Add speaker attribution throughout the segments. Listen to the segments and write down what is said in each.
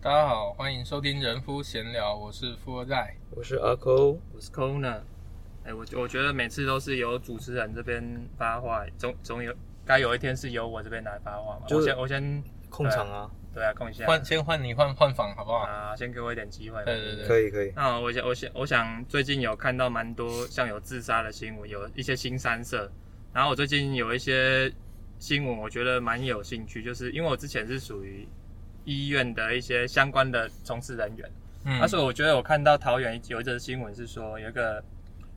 Speaker 1: 大家好，欢迎收听人夫闲聊，我是富二代。
Speaker 2: 我是阿抠，
Speaker 3: 我是 Kona。哎，我我觉得每次都是由主持人这边发话，总总有该有一天是由我这边来发话嘛。
Speaker 2: 就
Speaker 3: 我
Speaker 2: 是
Speaker 3: 先我先
Speaker 2: 控场啊，
Speaker 3: 对啊，空一下
Speaker 1: 换先换你换换房好不好？
Speaker 3: 啊，先给我一点机会嘛。
Speaker 1: 对对对
Speaker 2: 可以可以，
Speaker 3: 那我想，我想，我想最近有看到蛮多像有自杀的新闻，有一些新三色。然后我最近有一些新闻，我觉得蛮有兴趣，就是因为我之前是属于医院的一些相关的从事人员，
Speaker 1: 嗯
Speaker 3: 啊，所以我觉得我看到桃园有一则新闻是说，有一个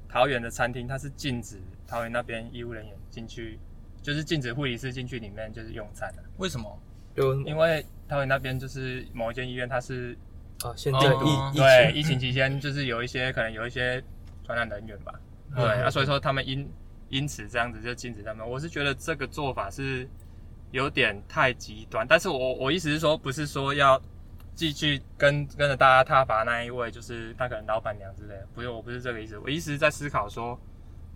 Speaker 3: 桃园的餐厅，它是禁止桃园那边医务人员进去，就是禁止护理师进去里面就是用餐的，
Speaker 1: 为什么？
Speaker 2: 就
Speaker 3: 因为桃园那边就是某一间医院它是
Speaker 2: 啊，现在
Speaker 1: 哦
Speaker 2: 疫
Speaker 3: 对，
Speaker 2: 疫
Speaker 3: 疫情期间就是有一些可能有一些传染人员吧，
Speaker 1: 嗯
Speaker 3: 对，啊，所以说他们因因此这样子就禁止他们。我是觉得这个做法是有点太极端，但是我我意思是说，不是说要继续跟跟着大家踏伐那一位，就是他可能老板娘之类的，不是，我不是这个意思，我意思是在思考说，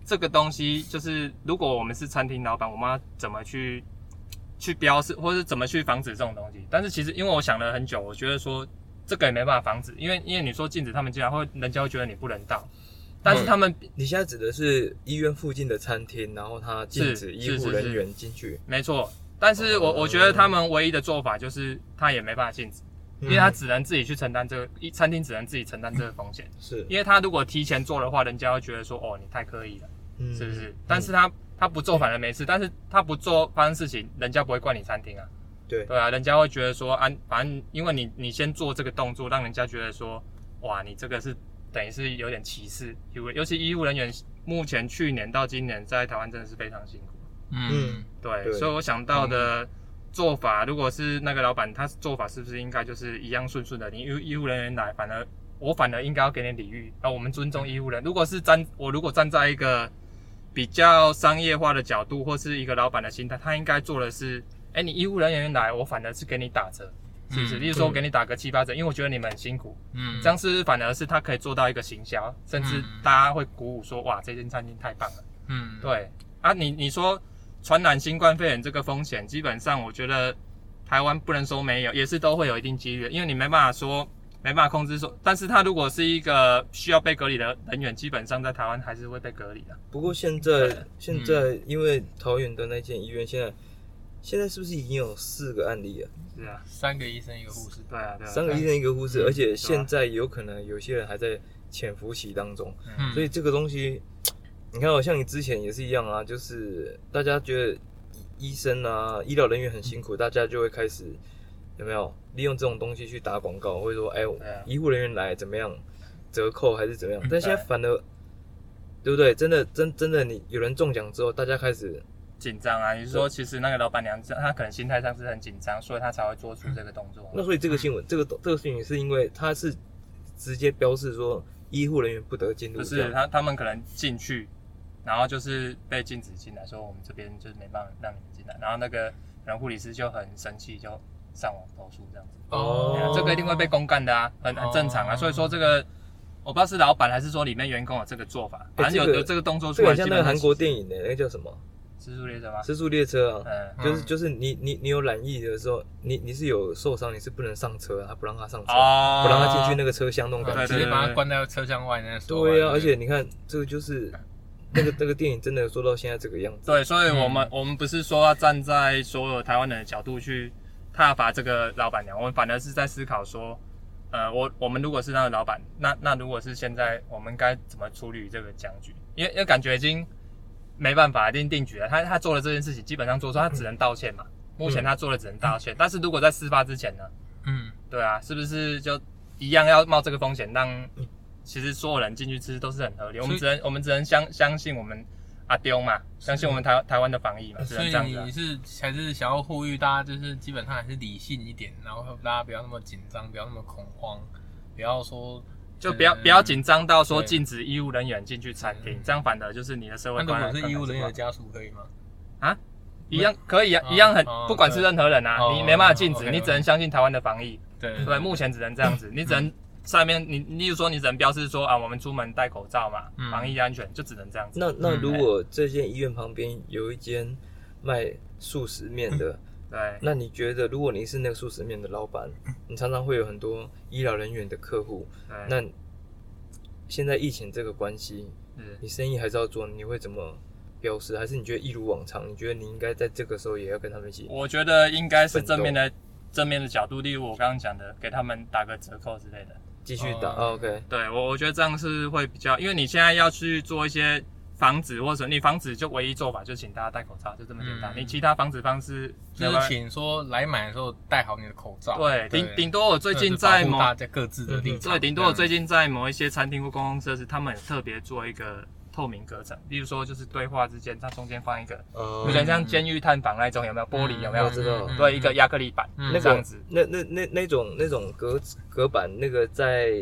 Speaker 3: 这个东西就是如果我们是餐厅老板，我们要怎么去去标示，或是怎么去防止这种东西？但是其实因为我想了很久，我觉得说这个也没办法防止，因为因为你说禁止他们进来，会人家会觉得你不人道，但是他们、
Speaker 2: 情，你现在指的是医院附近的餐厅，然后它禁止
Speaker 3: 是
Speaker 2: 医护
Speaker 3: 是是
Speaker 2: 人员进去，
Speaker 3: 没错。但是我
Speaker 2: 哦
Speaker 3: 我觉得他们唯一的做法就是，他也没办法禁止，因
Speaker 2: 嗯
Speaker 3: 为他只能自己去承担这个，一餐厅只能自己承担这个风险。
Speaker 2: 是
Speaker 3: 因为他如果提前做的话，人家会觉得说，哦，你太刻意了。
Speaker 2: 嗯
Speaker 3: 是不是？但是他他不做反而没事，但是他不做发生事情，人家不会怪你餐厅啊。
Speaker 2: 对
Speaker 3: 对啊，人家会觉得说啊，反正因为你你先做这个动作，让人家觉得说，哇，你这个是等于是有点歧视，因为尤其医务人员目前去年到今年在台湾真的是非常辛苦。
Speaker 1: 嗯，
Speaker 3: 对，
Speaker 2: 对
Speaker 3: 所以我想到的做法，如果是那个老板，他做法是不是应该就是一样顺顺的？你医医护人员来，反而我反而应该要给你礼遇，啊，我们尊
Speaker 1: 嗯
Speaker 3: 重医护人。如果是站我如果站在一个比较商业化的角度，或是一个老板的心态，他应该做的是，哎，你医护人员来，我反而是给你打折，是不
Speaker 1: 嗯
Speaker 3: 是？例如说我给你打个七八折，因为我觉得你们很辛苦，
Speaker 1: 嗯，
Speaker 3: 这样是不是反而是他可以做到一个行销，甚至
Speaker 1: 嗯
Speaker 3: 大家会鼓舞说，哇，这间餐厅太棒了。
Speaker 1: 嗯，
Speaker 3: 对啊，你你说传染新冠肺炎这个风险，基本上我觉得台湾不能说没有，也是都会有一定几率，因为你没办法说没办法控制说，但是他如果是一个需要被隔离的人员，基本上在台湾还是会被隔离的。
Speaker 2: 不过现在现在
Speaker 3: 嗯
Speaker 2: 因为桃园的那间医院现在现在是不是已经有四个案例了？
Speaker 3: 是啊，
Speaker 1: 三个医生一个护士，
Speaker 3: 对啊，对啊。
Speaker 2: 三个医生一个护士，
Speaker 3: 嗯
Speaker 2: 而且
Speaker 3: 是吧
Speaker 2: 现在有可能有些人还在潜伏期当中，
Speaker 1: 嗯
Speaker 2: 所以这个东西，你看哦，像你之前也是一样啊，就是大家觉得医医生啊、医疗人员很辛
Speaker 3: 嗯
Speaker 2: 苦，大家就会开始有没有利用这种东西去打广告，或者说哎，
Speaker 3: 对啊
Speaker 2: 医护人员来怎么样折扣还是怎么样
Speaker 1: 嗯？
Speaker 2: 但现在反而，对不对？真的真真的，你有人中奖之后，大家开始
Speaker 3: 紧张啊，你是说其实那个老板娘她可能心态上是很紧张，所以她才会做出这个动 作。
Speaker 2: 那所以这个新闻，这个这个事情是因为它是直接标示说医护人员不得进入，
Speaker 3: 就
Speaker 2: 这
Speaker 3: 是
Speaker 2: 样
Speaker 3: 他他们可能进去，然后就是被禁止进来，说我们这边就是没办法让你们进来，然后那个可能护理师就很生气，就上网投诉这样子、对啊
Speaker 2: 哦
Speaker 3: 这个一定会被公干的啊，很很正常啊。
Speaker 1: 哦
Speaker 3: 所以说这个我不知道是老板还是说里面员工有啊这个做法，反正有、
Speaker 2: 这个
Speaker 3: 有这个动作
Speaker 2: 这
Speaker 3: 出
Speaker 2: 个
Speaker 3: 来，
Speaker 2: 很像
Speaker 3: 基
Speaker 2: 那
Speaker 3: 本
Speaker 2: 个
Speaker 3: 上
Speaker 2: 韩
Speaker 3: 是
Speaker 2: 国电影的那个叫什么
Speaker 3: 蜘蛛猎者吗？
Speaker 2: 《失速列车》啊。
Speaker 3: 嗯。
Speaker 2: 就是
Speaker 1: 嗯
Speaker 2: 就是你你你有染疫的时候，你你是有受伤，你是不能上车啊，他不让他上车，
Speaker 3: 哦
Speaker 2: 不让他进去那个车厢那种感
Speaker 1: 嗯
Speaker 2: 觉。
Speaker 1: 直接把他关在车厢外那说。
Speaker 2: 对啊，而且你看这个就是那个那个电影真的有做到现在这个样子。
Speaker 3: 对，所以我们、我们不是说要站在所有台湾人的角度去挞伐这个老板娘，我们反而是在思考说，呃，我我们如果是那个老板，那那如果是现在我们该怎么处理这个僵局？因为因为感觉已经没办法，已经定局了。他他做了这件事情，基本上做出他只能道歉嘛。目前他做了只能道歉，但是如果在事发之前呢？
Speaker 1: 嗯，
Speaker 3: 对啊，是不是就一样要冒这个风险，让其实所有人进去吃都是很合理。我们只能我们只能相相信我们阿丢嘛，相信我们台台湾的防疫嘛，只
Speaker 1: 啊所
Speaker 3: 能
Speaker 1: 以
Speaker 3: 这样子、啊
Speaker 1: 你。是还是想要呼吁大家，就是基本上还是理性一点，然后大家不要那么紧张，不要那么恐慌，不要说
Speaker 3: 就不要不要。
Speaker 1: 嗯
Speaker 3: 紧张到说
Speaker 1: 对
Speaker 3: 禁止医务人员进去餐厅
Speaker 1: 嗯，
Speaker 3: 这样反而就是你的社
Speaker 1: 那
Speaker 3: 会
Speaker 1: 如
Speaker 3: 观
Speaker 1: 果
Speaker 3: 感。
Speaker 1: 是医务人员的
Speaker 3: 观
Speaker 1: 家属可以吗？
Speaker 3: 一样可以啊，
Speaker 1: 哦
Speaker 3: 一样很
Speaker 1: 哦
Speaker 3: 不管是任何人啊
Speaker 1: 对，
Speaker 3: 你没办法禁
Speaker 1: 哦嗯
Speaker 3: 止，
Speaker 1: ，OK，
Speaker 3: 你只能
Speaker 1: OK
Speaker 3: 相信台湾的防疫。
Speaker 1: 对
Speaker 3: 对，目前只能这样子，你只能上面你例如说你只能标示说啊，我们出门戴口罩嘛
Speaker 1: 嗯，
Speaker 3: 防疫安全就只能这样子。
Speaker 2: 那那
Speaker 1: 嗯
Speaker 2: 如果这间医院旁边有一间卖素食面的，
Speaker 3: 对，
Speaker 2: 那你觉得，如果你是那个素食面的老板，你常常会有很多医疗人员的客户，
Speaker 3: 对，
Speaker 2: 那现在疫情这个关系，
Speaker 3: 是
Speaker 2: 你生意还是要做，你会怎么标示？还是你觉得一如往常？你觉得你应该在这个时候也要跟他们一起？
Speaker 3: 我觉得应该是正面的正面的角度，例如我刚刚讲的，给他们打个折扣之类的。
Speaker 2: 继续打、
Speaker 1: 哦
Speaker 2: o k
Speaker 3: 对我，我觉得这样是会比较，因为你现在要去做一些防止，或者你防止就唯一做法就请大家戴口罩，就这么简单。
Speaker 1: 嗯
Speaker 3: 你其他防止方式
Speaker 1: 就
Speaker 3: 没有办法
Speaker 1: 是请说来买的时候戴好你的口罩。
Speaker 3: 对，顶顶多我最
Speaker 1: 这
Speaker 3: 近
Speaker 1: 是保
Speaker 3: 在
Speaker 1: 护
Speaker 3: 某嗯
Speaker 1: 大家各自的立场，
Speaker 3: 对，顶多我最近在某一些餐厅或公共设施，他们有特别做一个透明隔层，例如说就是对话之间，它中间放一个有点
Speaker 2: 呃，
Speaker 3: 像监狱探访那种，有没有玻璃？有没有
Speaker 2: 我？知道
Speaker 3: 对，一个亚克力板
Speaker 1: 嗯
Speaker 2: 那
Speaker 3: 这
Speaker 2: 个
Speaker 3: 样子。
Speaker 2: 那那那那种那种隔隔板，那个在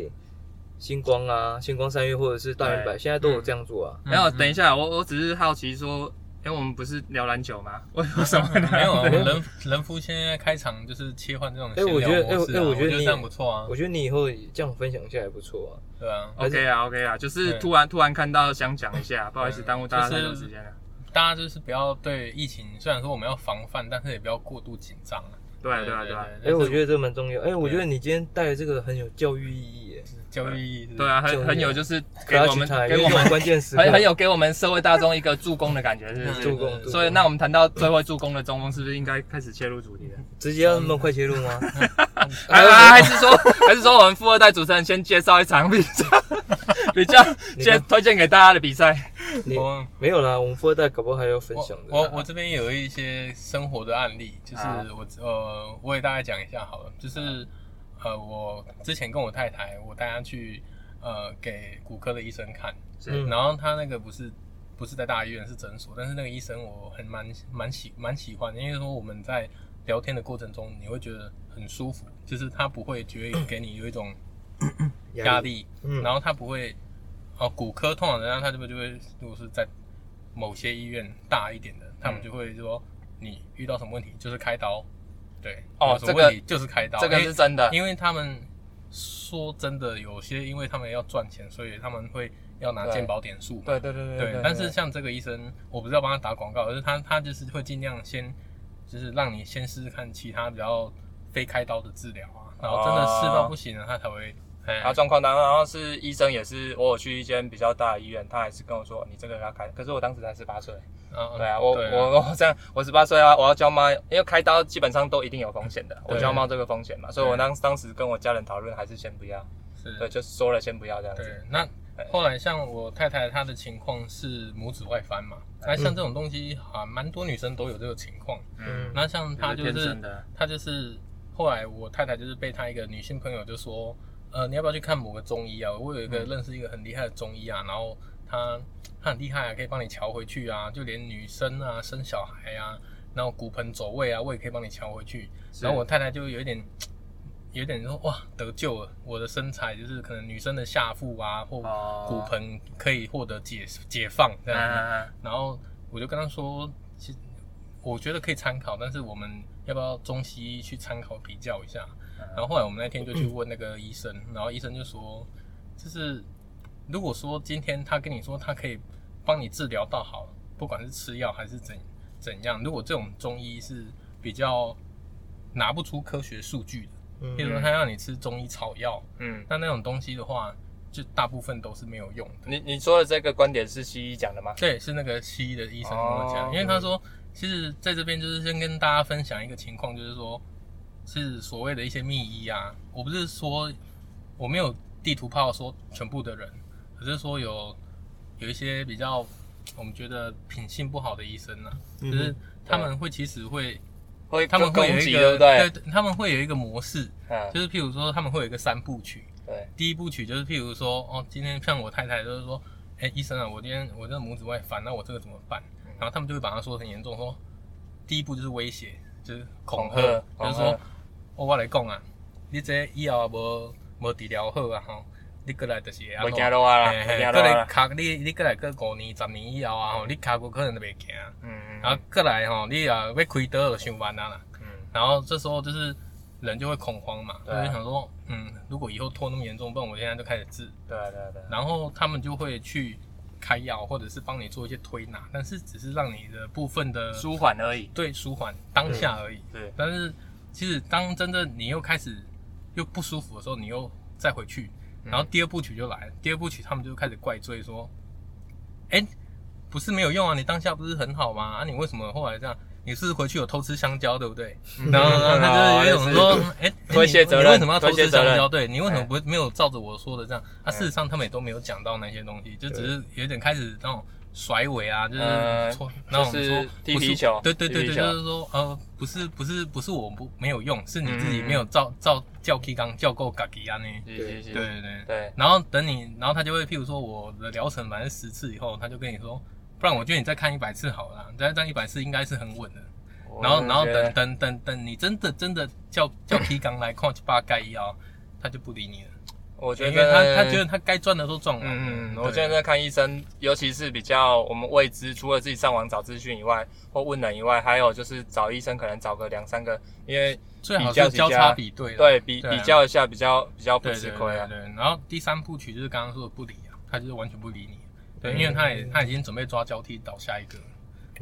Speaker 2: 星光啊、星光三月或者是大圆柏，
Speaker 3: 对
Speaker 2: 现在都有这样做啊。
Speaker 1: 嗯
Speaker 3: 没有，等一下，我我只是好奇说，哎，我们不是聊篮球吗？ 为为什么呢？
Speaker 1: 没有啊，我们人人夫现在开场就是切换这种
Speaker 2: 哎
Speaker 1: 闲
Speaker 2: 我
Speaker 1: 聊
Speaker 2: 觉得哎
Speaker 1: 模式啊，
Speaker 2: 哎我
Speaker 1: 我
Speaker 2: 觉得
Speaker 1: 得
Speaker 2: 你
Speaker 1: 这样不错
Speaker 3: 嗯
Speaker 1: 啊
Speaker 2: 我，觉得你以后这样分享一下也不错啊。
Speaker 1: 对啊，
Speaker 3: OK 啊，OK 啊，就是
Speaker 1: 对
Speaker 3: 突然突然看到想讲一下，不好意思
Speaker 1: 嗯
Speaker 3: 耽误大家
Speaker 1: 就
Speaker 3: 太
Speaker 1: 是
Speaker 3: 多时间了。
Speaker 1: 大家就是不要对疫情，虽然说我们要防范，但是也不要过度紧张啊。
Speaker 3: 对啊对啊对啊，
Speaker 2: 哎、我觉
Speaker 1: 得
Speaker 2: 得这蛮重要。哎、我觉
Speaker 1: 对
Speaker 2: 得你今天带的这个很有教育意义耶。
Speaker 1: 教育意义是
Speaker 3: 对啊，很很有就是给我们
Speaker 2: Clutch time，
Speaker 3: 给我
Speaker 2: 用
Speaker 3: 们
Speaker 2: 关键时刻
Speaker 3: 很很有给我们社会大众一个助攻的感觉，是不
Speaker 2: 助
Speaker 3: 是？
Speaker 2: 攻
Speaker 1: 对
Speaker 2: 助攻
Speaker 3: 所以，那我们谈到最会助攻的中锋，是不是应该开始切入 主题了？
Speaker 2: 直接要那么快切入 吗？
Speaker 3: 还还还是说，还是说我们富二代主持人先介绍一场比赛，比较先推荐给大家的比赛？
Speaker 2: 你
Speaker 1: 啊我
Speaker 2: 没有啦，我们富二代搞不好还要分
Speaker 1: 我
Speaker 2: 享的。啊
Speaker 1: 我我这边有一些生活的案例，就是
Speaker 3: 啊
Speaker 1: 我呃我也大概讲一下好了，就是呃我之前跟我太太，我带她去呃给骨科的医生看，
Speaker 2: 嗯
Speaker 1: 然后他那个不是不是在大医院，是诊所，但是那个医生我很蛮蛮喜蛮喜欢的，因为说我们在聊天的过程中，你会觉得很舒服，就是他不会觉得给你有一种压，力，
Speaker 2: 嗯
Speaker 1: 然后他不会哦，骨科通常人家他这边就会，如果是啊在某些医院大一点的，他们就会说你遇到什么问题就是开刀，对，
Speaker 3: 哦
Speaker 1: 有什么
Speaker 3: 这个
Speaker 1: 问题就是开刀，
Speaker 3: 这个
Speaker 1: 哦因为
Speaker 3: 是真的，
Speaker 1: 因为他们说真的，有些因为他们要赚钱，所以他们会要拿
Speaker 3: 对
Speaker 1: 健保点数嘛。
Speaker 3: 对对对
Speaker 1: 对但是像这个医生，我不是要帮他打广告，而是他他就是会尽量先，就是让你先试试看其他比较非开刀的治疗啊，然后真的试到不行了，他才会。哎
Speaker 3: 然后状况当，然后是医生也是，我有去一间比较大的医院，他还是跟我说你这个要开，可是我当时才十八岁，
Speaker 1: 嗯
Speaker 3: 对啊，我
Speaker 1: 对
Speaker 3: 我我这样，我十八岁啊，我要交猫，因为开刀基本上都一定有风险的，我
Speaker 1: 对
Speaker 3: 交猫这个风险嘛，所以我当当时跟我家人讨论还是先不要，
Speaker 1: 是
Speaker 3: 对，就说了先不要这样
Speaker 1: 嗯对
Speaker 3: 子，，
Speaker 1: 那
Speaker 3: 对
Speaker 1: 后来像我太太她的情况是拇指外翻嘛，那像这种东西啊，蛮多女生都有这个情况。
Speaker 2: 嗯
Speaker 1: 那像她就
Speaker 3: 天
Speaker 1: 是
Speaker 3: 生的，
Speaker 1: 她就是后来我太太就是被她一个女性朋友就说，呃，你要不要去看某个中医啊？我有一个
Speaker 3: 嗯
Speaker 1: 认识一个很厉害的中医啊，然后他他很厉害啊，可以帮你调回去啊，就连女生啊生小孩啊，然后骨盆走位啊，我也可以帮你调回去。然后我太太就有一点。有一点说哇得救了，我的身材就是可能女生的下腹啊，或
Speaker 3: 哦
Speaker 1: 骨盆可以获得解解放这
Speaker 3: 嗯
Speaker 1: 样子。
Speaker 3: 嗯嗯
Speaker 1: 然后我就跟他说，其实我觉得可以参考，但是我们要不要中西医去参考比较一下？
Speaker 3: 嗯
Speaker 1: 然后后来我们那天就去问那个医生，然后医生就说，就是如果说今天他跟你说他可以帮你治疗到好，不管是吃药还是怎怎样，如果这种中医是比较拿不出科学数据的，
Speaker 2: 嗯
Speaker 1: 比如说他让你吃中医草药，
Speaker 3: 嗯，
Speaker 1: 那那种东西的话，就大部分都是没有用的。
Speaker 3: 你你说的这个观点是西医讲的吗？
Speaker 1: 对，是那个西医的医生跟我讲，
Speaker 3: 哦
Speaker 1: 因为他说，其实在这边就是先跟大家分享一个情况，就是说，是所谓的一些密医啊，我不是说我没有地图炮说全部的人，可是说有有一些比较我们觉得品性不好的医生呢、啊，
Speaker 2: 嗯
Speaker 1: 就是他们会其实会，
Speaker 3: 会
Speaker 1: 他们会有
Speaker 3: 攻
Speaker 1: 一
Speaker 3: 击，
Speaker 1: 个
Speaker 3: 对不对？
Speaker 1: 对，他们会有一个模式，
Speaker 3: 嗯，
Speaker 1: 就是譬如说他们会有一个三部曲，
Speaker 3: 对，
Speaker 1: 第一部曲就是譬如说，哦，今天像我太太就是说，哎、医生啊，我今天我这拇指外翻，那我这个怎么办？
Speaker 3: 嗯
Speaker 1: 然后他们就会把它说得很严重，说第一步就是威胁，就是恐吓，
Speaker 3: 恐
Speaker 1: 就
Speaker 3: 吓
Speaker 1: 是说，哦，我来讲啊，你这以后无无治疗好啊吼，你过来就是
Speaker 3: 我
Speaker 1: 安
Speaker 3: 惊到啊啦，
Speaker 1: 嘿
Speaker 3: 我
Speaker 1: 嘿过
Speaker 3: 惊到
Speaker 1: 来
Speaker 3: 啊，
Speaker 1: 卡你你过来过五年、十年以后啊吼，你卡骨可能就袂行，
Speaker 3: 嗯，
Speaker 1: 然后过来吼，你啊要开刀就上万啊啦。
Speaker 3: 嗯，
Speaker 1: 然后这时候就是人就会恐慌嘛，就
Speaker 3: 对啊
Speaker 1: 会想说，嗯，如果以后拖那么严重，不然我现在就开始治。
Speaker 3: 啊对对对，
Speaker 1: 然后他们就会去开药，或者是帮你做一些推拿，但是只是让你的部分的
Speaker 3: 舒嗯缓而已。
Speaker 1: 对舒缓当下而已。
Speaker 3: 对，
Speaker 1: 但是其实当真正你又开始又不舒服的时候，你又再回去，
Speaker 3: 嗯
Speaker 1: 然后第二部曲就来了。第二部曲他们就开始怪罪说：“哎、不是没有用啊，你当下不是很好吗？啊，你为什么后来这样？你是不是回去有偷吃香蕉，对不对？”
Speaker 3: 嗯
Speaker 1: 然后然后他就是有一种说：“哎、你
Speaker 3: 推卸责任
Speaker 1: 你为什么要偷
Speaker 3: 推
Speaker 1: 吃
Speaker 3: 卸责
Speaker 1: 香
Speaker 3: 任
Speaker 1: 蕉？对你为什么
Speaker 3: 哎
Speaker 1: 不没有照着我说的这样？”啊，
Speaker 3: 哎
Speaker 1: 事实上他们也都没有讲到那些东西，就只
Speaker 2: 对
Speaker 1: 是有点开始那种甩尾啊，就是
Speaker 3: 呃
Speaker 1: 戳那种
Speaker 3: 就是
Speaker 1: 说
Speaker 3: 踢
Speaker 1: 不是
Speaker 3: 皮球
Speaker 1: 对对对
Speaker 3: 踢
Speaker 1: 对，
Speaker 3: 皮球
Speaker 1: 就是说呃，不是不是不是我不没有用，是你自己
Speaker 3: 嗯
Speaker 1: 没有照照教 K 纲教够嘎吉啊呢。
Speaker 3: 对
Speaker 2: 对
Speaker 1: 对对对。
Speaker 3: 对，
Speaker 1: 然后等你，然后他就会，譬如说我的疗程反正十次以后，他就跟你说，不然我觉得你再看一百次好了啦，啊再看一百次应该是很稳的。然后，然后等等等等，你真的真的 叫叫 K 纲来矿七八盖药，哦他就不理你了，
Speaker 3: 我觉
Speaker 1: 因
Speaker 3: 得
Speaker 1: 为他他觉得他该赚的都赚完了。
Speaker 3: 嗯嗯，
Speaker 1: 对
Speaker 3: 我现在在看医生，尤其是比较我们未知，除了自己上网找资讯以外，或问人以外，还有就是找医生，可能找个两三个，因为
Speaker 1: 最好
Speaker 3: 比较
Speaker 1: 是
Speaker 3: 比
Speaker 1: 交
Speaker 3: 较
Speaker 1: 叉比对啦
Speaker 3: 对比
Speaker 1: 对啊
Speaker 3: 比较一下，比较比较不
Speaker 1: 对
Speaker 3: 吃
Speaker 1: 对
Speaker 3: 亏啊。
Speaker 1: 对对，然后第三部曲就是刚刚说的不理啊，他就是完全不理你，对，
Speaker 2: 嗯
Speaker 1: 因为他也他已经准备抓交替倒下一个了。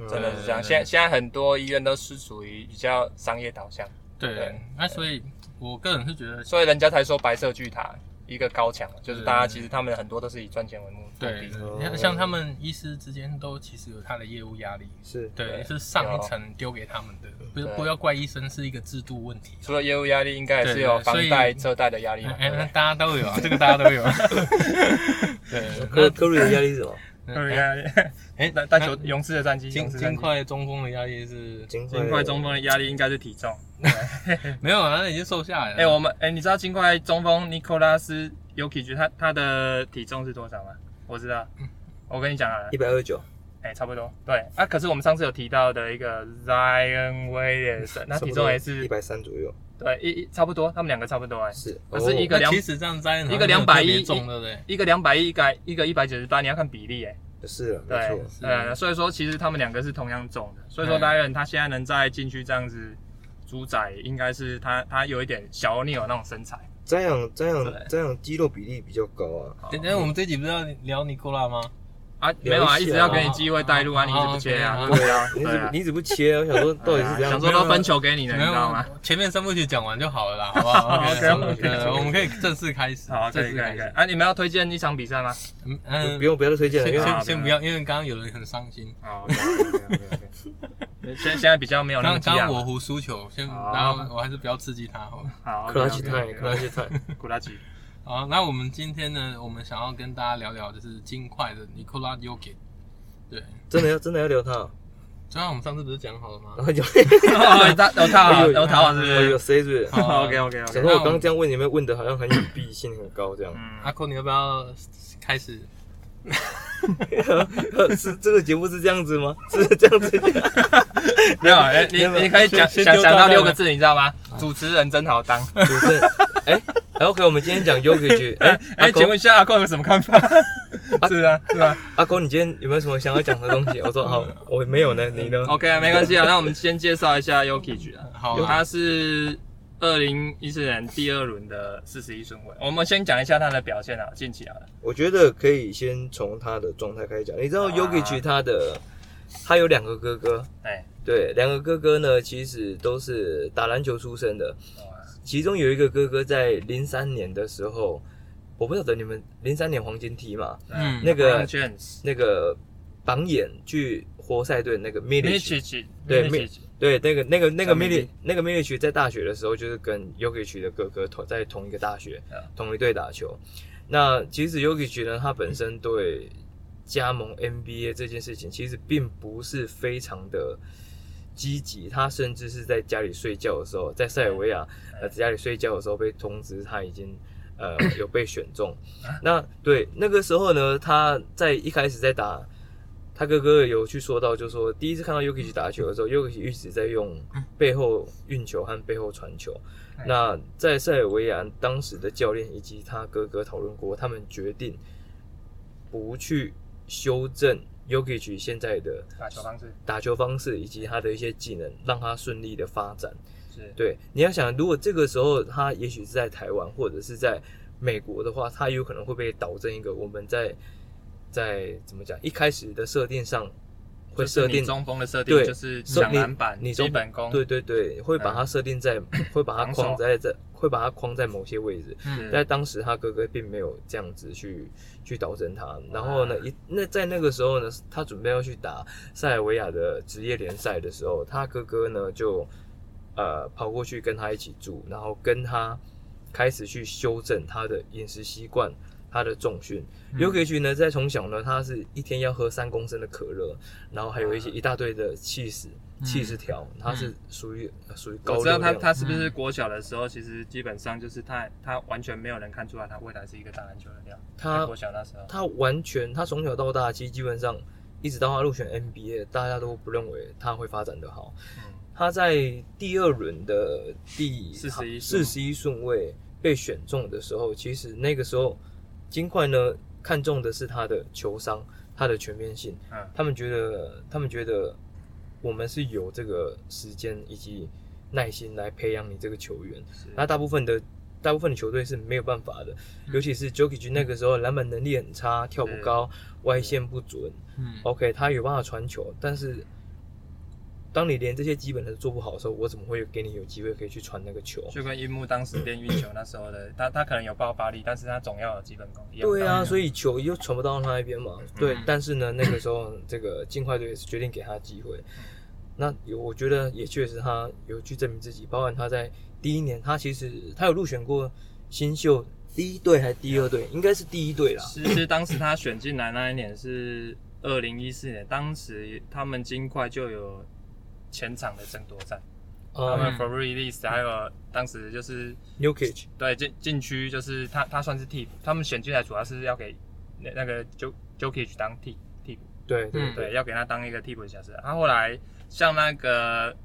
Speaker 3: 真的是这样，
Speaker 1: 对对对
Speaker 3: 现在现在很多医院都是属于比较商业导向，
Speaker 1: 对
Speaker 3: 对，
Speaker 1: 那所以我个人是觉得，
Speaker 3: 所以人家才说白色巨塔一个高墙，就是
Speaker 1: 对
Speaker 3: 大家
Speaker 1: 对
Speaker 3: 其实他们很多都是以赚钱为目目
Speaker 1: 对，
Speaker 3: 的。
Speaker 1: 对你看像他们医师之间都其实有他的业务压力，
Speaker 2: 是
Speaker 1: 对，
Speaker 3: 对
Speaker 1: 是上一层丢给他们的，不是
Speaker 3: 对
Speaker 1: 不要怪医生是一个制度问题。
Speaker 3: 除了业务压力，应该也
Speaker 1: 对
Speaker 3: 是
Speaker 1: 对
Speaker 3: 有
Speaker 1: 对
Speaker 3: 房
Speaker 1: 所以
Speaker 3: 贷、车贷的压力嘛。
Speaker 1: 哎，
Speaker 3: 对不
Speaker 1: 那
Speaker 3: 对
Speaker 1: 大家都有啊， 这个大家都 有。对，
Speaker 2: 科科瑞的压力是什么？
Speaker 3: 有
Speaker 1: 那
Speaker 3: 压力。嗯 哎，那但球勇士的战绩，
Speaker 1: 金
Speaker 3: 勇士的战
Speaker 1: 金
Speaker 3: 绩
Speaker 1: 块中锋的压力是
Speaker 2: 金
Speaker 3: 金块中锋的压力应该是体重。
Speaker 1: 没有啊，那已经瘦下来了。
Speaker 3: 哎、我们哎、你知道金块中锋尼科拉斯尤基奇他他的体重是多少吗？我知道，我跟你讲好了
Speaker 2: 一，百二十九，
Speaker 3: 哎、差不多。对啊，可是我们上次有提到的一个 Zion Williamson，他体重也
Speaker 2: 一
Speaker 3: 是
Speaker 2: 百三左右，
Speaker 3: 对一一差不多，他们两个差不多哎、
Speaker 2: 是，哦
Speaker 3: 可是一个
Speaker 1: 那其实这样摘
Speaker 3: 一个210
Speaker 1: 重，对不对？
Speaker 3: 一个两百一个一个一百九十八，你要看比例哎、
Speaker 2: 哦是啊，没
Speaker 3: 对
Speaker 2: 错，，
Speaker 1: 是
Speaker 3: 呃，所以说其实他们两个是同样重的，所以说
Speaker 1: 嗯
Speaker 3: Lion 他现在能在禁区这样子主宰，应该是他他有一点小欧尼尔那种身材。
Speaker 2: 这样这样
Speaker 3: 对
Speaker 2: 这样肌肉比例比较高啊，
Speaker 3: 好
Speaker 1: 等等，我们这集不是要聊尼古拉吗？
Speaker 3: 啊，没有啊，
Speaker 2: 聊一
Speaker 3: 一
Speaker 2: 下
Speaker 3: 直要给你机会带路啊，
Speaker 1: 哦
Speaker 3: 你一直不切啊，
Speaker 1: 哦
Speaker 3: 对啊，
Speaker 2: 你
Speaker 3: 对啊
Speaker 2: 怎你怎么切啊？我想 说到底是怎样？啊
Speaker 3: 想说都分球给你了，你
Speaker 1: 没有
Speaker 3: 知道吗？，哦
Speaker 1: 前面三部曲讲完就好了啦，好不好
Speaker 3: OK，OK，OK
Speaker 1: 对我们可以正式开始，
Speaker 3: 好，可
Speaker 1: 正
Speaker 3: 以
Speaker 1: 式
Speaker 3: 可
Speaker 1: 开
Speaker 3: 以可以
Speaker 1: 始。
Speaker 3: 啊！你们要推荐一场比赛吗？
Speaker 1: 嗯
Speaker 2: 不
Speaker 1: 嗯
Speaker 2: 不，用不要再推荐了，
Speaker 1: 先
Speaker 2: 因 为
Speaker 3: 好
Speaker 1: 先先不要，因为刚刚有人很伤心。
Speaker 3: 哦， 现现在比较没有那啊么
Speaker 1: 刚
Speaker 3: 激
Speaker 1: 刚
Speaker 3: 昂
Speaker 1: 我。胡输球，先，
Speaker 3: 好
Speaker 1: 然后我还是不要刺激他好了。
Speaker 3: 好，
Speaker 2: 克拉奇泰，
Speaker 3: 泰，
Speaker 2: 克拉奇泰，
Speaker 3: 古拉奇，
Speaker 1: 好，那我们今天呢，我们想要跟大家聊聊就是金块的 Nikola y o k i 对，
Speaker 2: 真的要真的要聊他哦，
Speaker 1: 就像我们上次不是讲好了吗
Speaker 3: 嗯
Speaker 2: 然？后就
Speaker 3: 哦他有他 啊
Speaker 2: 哎呦
Speaker 3: 有他啊，是
Speaker 2: 哎
Speaker 3: 哦不是
Speaker 2: 呦嗯谁是？
Speaker 1: 好
Speaker 3: ？OK OK
Speaker 2: 想
Speaker 3: OK，
Speaker 2: 说我刚刚这样问，你们问的好像很有必性很高 这样。
Speaker 1: 阿
Speaker 3: 嗯，
Speaker 1: 坤，你要不要开始？
Speaker 2: 是这个节目是这样子吗？是这样子？
Speaker 3: 没有，哎你你可以讲
Speaker 1: 先先
Speaker 3: 想
Speaker 1: 丢
Speaker 3: 想
Speaker 1: 到
Speaker 3: 到
Speaker 1: 那
Speaker 3: 六
Speaker 1: 个
Speaker 3: 个啊字，你知道吗？主持人真好 当。
Speaker 2: 主持人，哎、o k 我们今天 讲 Yogurt，哎、
Speaker 3: 哎，
Speaker 2: 阿
Speaker 3: 请
Speaker 2: 公
Speaker 3: 问一下阿公有什么看法？是啊是啊
Speaker 2: 阿公，你今天有没有什么想要讲的东西？我说好，我没有呢，你呢？
Speaker 3: ，OK，没关系啊。那我们先介绍一下 Yuki 啊。
Speaker 1: 好
Speaker 3: 有
Speaker 1: 啊，
Speaker 3: 他是二零一四年第二轮的四十一顺位。我们先讲一下他的表现啊，近期啊，
Speaker 2: 我觉得可以先从他的状态开始讲。你知道
Speaker 3: 好啊
Speaker 2: Yogurt 他的，他有两个哥哥，
Speaker 3: 哎，
Speaker 2: 对，两个哥哥呢，其实都是打篮球出身的，
Speaker 3: 嗯啊
Speaker 2: 其中有一个哥哥在零三年的时候，我不晓得你们零三年黄金梯嘛，
Speaker 1: 嗯
Speaker 2: 那个
Speaker 3: j a m s
Speaker 2: 那个榜眼去活塞队的那个 m i
Speaker 3: m
Speaker 2: l i
Speaker 3: i
Speaker 2: c
Speaker 3: c h
Speaker 2: 对
Speaker 3: Mitch，
Speaker 2: 对，那个那个那个
Speaker 3: 小
Speaker 2: m i
Speaker 3: 迷
Speaker 2: l
Speaker 3: 弟
Speaker 2: i 那个 m i l i 在大学的时候，就是跟 y o k i c 的哥哥同在同一个大学
Speaker 3: Yeah.
Speaker 2: 同一队打球。那其实 y o k i c 呢，他本身对加盟 NBA 这件事情其实并不是非常的积极，他甚至是在家里睡觉的时候，在塞尔维亚呃在家里睡觉的时候被通知他已经呃有被选中。那对那个时候呢，他在一开始在打。他哥哥有去说到，就说第一次看到 Yuki 打球的时候，Yuki 一直在用背后运球和背后传球。
Speaker 3: 哎
Speaker 2: 那在塞尔维亚当时的教练以及他哥哥讨论过，他们决定不去修正 Yuki 现在的
Speaker 3: 打球方式
Speaker 2: 打球方式以及他的一些技能，让他顺利的发展。
Speaker 3: 是
Speaker 2: 对，你要想，如果这个时候他也许是在台湾或者是在美国的话，他有可能会被导正一个我们在在怎么讲一开始的设定上会
Speaker 3: 就是
Speaker 2: 设
Speaker 3: 你
Speaker 2: 定
Speaker 3: 中锋的设定
Speaker 2: 对
Speaker 3: 就是
Speaker 2: 设
Speaker 3: 抢
Speaker 2: 你
Speaker 3: 篮板、
Speaker 2: 你
Speaker 3: 基
Speaker 2: 中
Speaker 3: 本功，嗯
Speaker 2: 对对对，会把它设定在，会把它
Speaker 3: 防守
Speaker 2: 框在这，会把它框在某些位置。
Speaker 3: 嗯
Speaker 2: 但当时他哥哥并没有这样子去去导正他。然后呢，一那在那个时候呢，他准备要去打塞尔维亚的职业联赛的时候，他哥哥呢就呃跑过去跟他一起住，然后跟他开始去修正他的饮食习惯。他的重训，
Speaker 3: 嗯
Speaker 2: 尤克奇呢，在从小呢，他是一天要喝三公升的可乐，然后还有一些
Speaker 3: 啊
Speaker 2: 一大堆的气死
Speaker 3: 嗯
Speaker 2: 气势条，它是属于属于高
Speaker 3: 我
Speaker 2: 流
Speaker 3: 知道
Speaker 2: 量。
Speaker 3: 他他是不是国小的时候，其实基本上就是他他完全没有人看出来他未来是一个打篮球的料。
Speaker 2: 他
Speaker 3: 在国小那时候，
Speaker 2: 他完全，他从小到大，其实基本上一直到他入选 NBA，大家都不认为他会发展的好。
Speaker 3: 嗯
Speaker 2: 他在第二轮的第
Speaker 3: 41
Speaker 2: 四十一顺位被选中的时候，其实那个时候金块呢看中的是他的球商，他的全面性。
Speaker 3: 嗯
Speaker 2: 他们觉得，他们觉得我们是有这个时间以及耐心来培养你这个球员。
Speaker 3: 是
Speaker 2: 那大部分的大部分的球队是没有办法的，
Speaker 1: 嗯
Speaker 2: 尤其是 Jokic 那个时候篮板能力很差，跳不高，外线不准。
Speaker 1: 嗯，
Speaker 3: 哦
Speaker 2: OK，他有办法传球，但是当你连这些基本的做不好的时候，我怎么会给你有机会可以去传那个球？
Speaker 3: 就跟樱木当时练运球那时候的，他他可能有爆发力，但是他总要有基本功一样的道理。
Speaker 2: 对啊，所以球又传不到他那边嘛。对
Speaker 1: 嗯，
Speaker 2: 但是呢，那个时候 这个尽快队也是决定给他机会。那有，我觉得也确实他有去证明自己，包含他在第一年，他其实他有入选过新秀第一队还是第二队，应该是第一队啦。
Speaker 3: 其实当时他选进来那一年是二零一四年，当时他们金块就有前场的争夺战，他
Speaker 2: 啊
Speaker 3: 们 f o r e l e a s e 还有当时就是
Speaker 2: ，New Cage，
Speaker 3: 对禁禁区就是他他算是替补，他们选进来主要是要给那那个 Jo Jokic 当替替补。
Speaker 2: 对对
Speaker 1: 嗯
Speaker 2: 对，
Speaker 3: 对，要给他当一个替补的角色。他后来像那个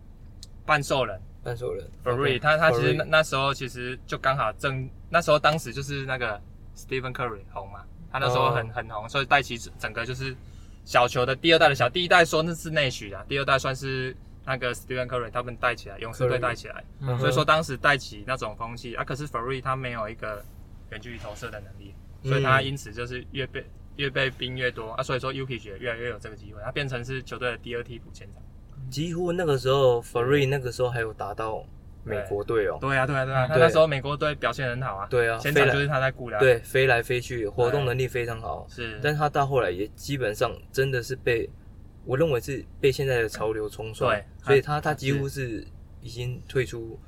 Speaker 3: 半兽人
Speaker 2: 半兽人
Speaker 3: f e r r y 他他其实
Speaker 2: Furry
Speaker 3: 那那时候其实就刚好正那时候当时就是那个 Stephen Curry 红嘛，他那时候很、
Speaker 2: 哦
Speaker 3: 很红，所以带起整个就是小球的第二代的小，第一代说那是内许啊，第二代算是那个 Stephen Curry 他们带起来，勇士队
Speaker 2: Curry
Speaker 3: 带起来，
Speaker 1: 嗯
Speaker 3: 所以说当时带起那种风气啊。可是 f e r r y 他没有一个远距离投射的能力，所以他因此就是越被越被兵越多啊，所以说 Yuki 也越来越有这个机会，他变成是球队的第二替补前场。
Speaker 2: 几乎那个时候 f e r r y 那个时候还有打到美国队哦。
Speaker 3: 对啊，对啊，对啊，他
Speaker 2: 对
Speaker 3: 那时候美国队表现很好啊，
Speaker 2: 对啊
Speaker 3: 前
Speaker 2: 飞
Speaker 3: 场
Speaker 2: 了
Speaker 3: 就是他在顾的，，
Speaker 2: 对，飞来飞去，活动能力非常好。
Speaker 3: 是，
Speaker 2: 但他到后来也基本上真的是被，我认为是被现在的潮流冲刷
Speaker 3: 对，
Speaker 2: 所以他他几乎是已经退出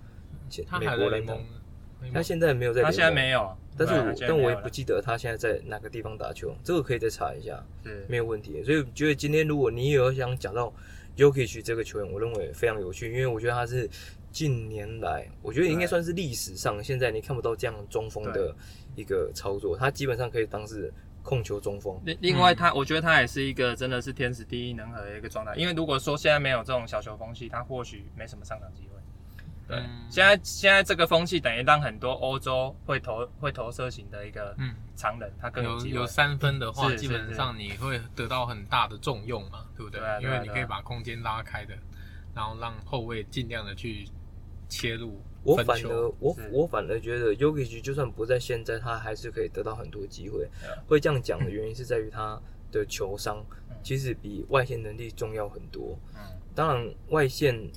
Speaker 2: 前
Speaker 1: 他
Speaker 2: 美
Speaker 1: 还在
Speaker 2: 国
Speaker 1: 联
Speaker 2: 篮
Speaker 1: 盟
Speaker 2: 坛，，
Speaker 1: 联
Speaker 2: 他
Speaker 1: 盟
Speaker 2: 现在没有在，
Speaker 3: 他现在没，有，
Speaker 2: 但是
Speaker 3: 对啊他
Speaker 2: 我
Speaker 3: 现在
Speaker 2: 但
Speaker 3: 没有
Speaker 2: 我也
Speaker 3: 了
Speaker 2: 不记得他现在在哪个地方打球，这个可以再查一下，
Speaker 3: 是
Speaker 2: 没有问题。所以我觉得今天如果你有想讲到 Jokic 这个球员，我认为非常有趣，因为我觉得他是近年来，我觉得应该
Speaker 3: 对
Speaker 2: 算是历史上现在你看不到这样中锋
Speaker 3: 对
Speaker 2: 的一个操作，他基本上可以当是控球中锋。
Speaker 3: 另另外他，我觉得他也是一个真的是天时地利人和的一个状态。因为如果说现在没有这种小球风气，他或许没什么上场机会。对，
Speaker 1: 嗯
Speaker 3: 现在现在这个风气等于让很多欧洲会投会投射型的一个
Speaker 1: 嗯
Speaker 3: 常人，他更有
Speaker 1: 有
Speaker 3: 机
Speaker 1: 有
Speaker 3: 会。
Speaker 1: 三分的话，
Speaker 3: 是
Speaker 1: 基
Speaker 3: 是
Speaker 1: 本上你会得到很大的重用嘛，对不对
Speaker 3: 对啊？对
Speaker 1: 因
Speaker 3: 啊
Speaker 1: 为你
Speaker 3: 对啊
Speaker 1: 可以把空间拉开的，然后让后卫尽量的去切入
Speaker 2: 我
Speaker 1: 分
Speaker 2: 反
Speaker 1: 球。
Speaker 2: 而我
Speaker 3: 是
Speaker 2: 我反而觉得 y o k i c 就算不在现在，他还是可以得到很多机会
Speaker 3: Yeah.。
Speaker 2: 会这样讲的原因是在于他的球商
Speaker 3: 啊嗯
Speaker 2: 其实比外线能力重要很多。
Speaker 3: 嗯，
Speaker 2: 当然，外线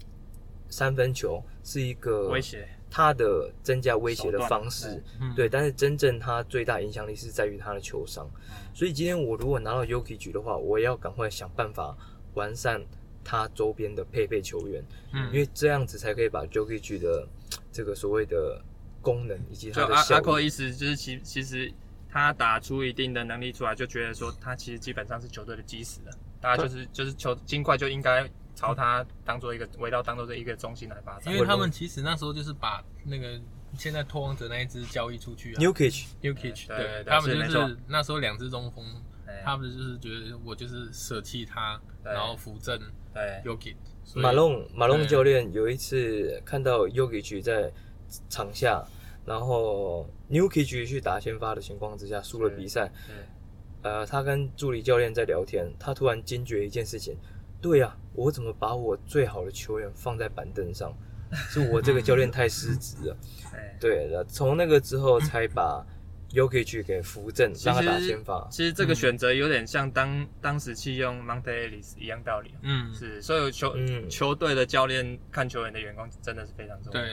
Speaker 2: 三分球是一个
Speaker 3: 威胁
Speaker 2: 他的增加威胁的
Speaker 3: 手段
Speaker 2: 方式，
Speaker 1: 嗯
Speaker 2: 对。但是真正他最大影响力是在于他的球商。所以今天我如果拿到 y o k i c 的话，我也要赶快想办法完善他周边的配备球员。
Speaker 1: 嗯
Speaker 2: 因为这样子才可以把 Jokic 的这个所谓的功能以及
Speaker 3: 就
Speaker 2: 它的
Speaker 3: 阿阿
Speaker 2: 效
Speaker 3: 扣
Speaker 2: 果，
Speaker 3: 意思就是其其实他打出一定的能力出来，就觉得说他其实基本上是球队的基石了。大家就是就是球尽快就应该朝他当做一个围绕当做一个中心来发展
Speaker 1: 因。为他们其实那时候就是把那个现在拓王者那一支交易出去啊
Speaker 2: Jokic
Speaker 1: Nukic，
Speaker 3: 对对对
Speaker 1: 他
Speaker 3: 是
Speaker 1: 们
Speaker 3: 没
Speaker 1: 就
Speaker 3: 错
Speaker 1: 是那时候两支中锋，
Speaker 3: 哎
Speaker 1: 他们就是觉得我就是舍弃他，
Speaker 3: 对
Speaker 1: 然后扶正
Speaker 3: 对
Speaker 1: Yuki，所以
Speaker 2: 马龙马
Speaker 1: 对
Speaker 2: 龙教练有一次看到 Jokic 在场下，然后 Nukic 去打先发的情况之下输了
Speaker 3: 是
Speaker 2: 比赛，
Speaker 3: 对
Speaker 2: 呃，他跟助理教练在聊天，他突然惊觉一件事情，对呀、我怎么把我最好的球员放在板凳 上？是我这个教练太失职了。
Speaker 3: 对
Speaker 2: 对，那从那个之后才把又可以去给扶正，
Speaker 3: 其
Speaker 2: 让他打
Speaker 3: 实
Speaker 2: 先发。
Speaker 3: 其实这个
Speaker 1: 嗯
Speaker 3: 选择有点像当、当时弃用 Monte Ellis 一样道理、哦
Speaker 1: 嗯，
Speaker 3: 是，所以球、
Speaker 2: 嗯
Speaker 3: 球队的教练看球员的眼光真的是非常重要。
Speaker 1: 对，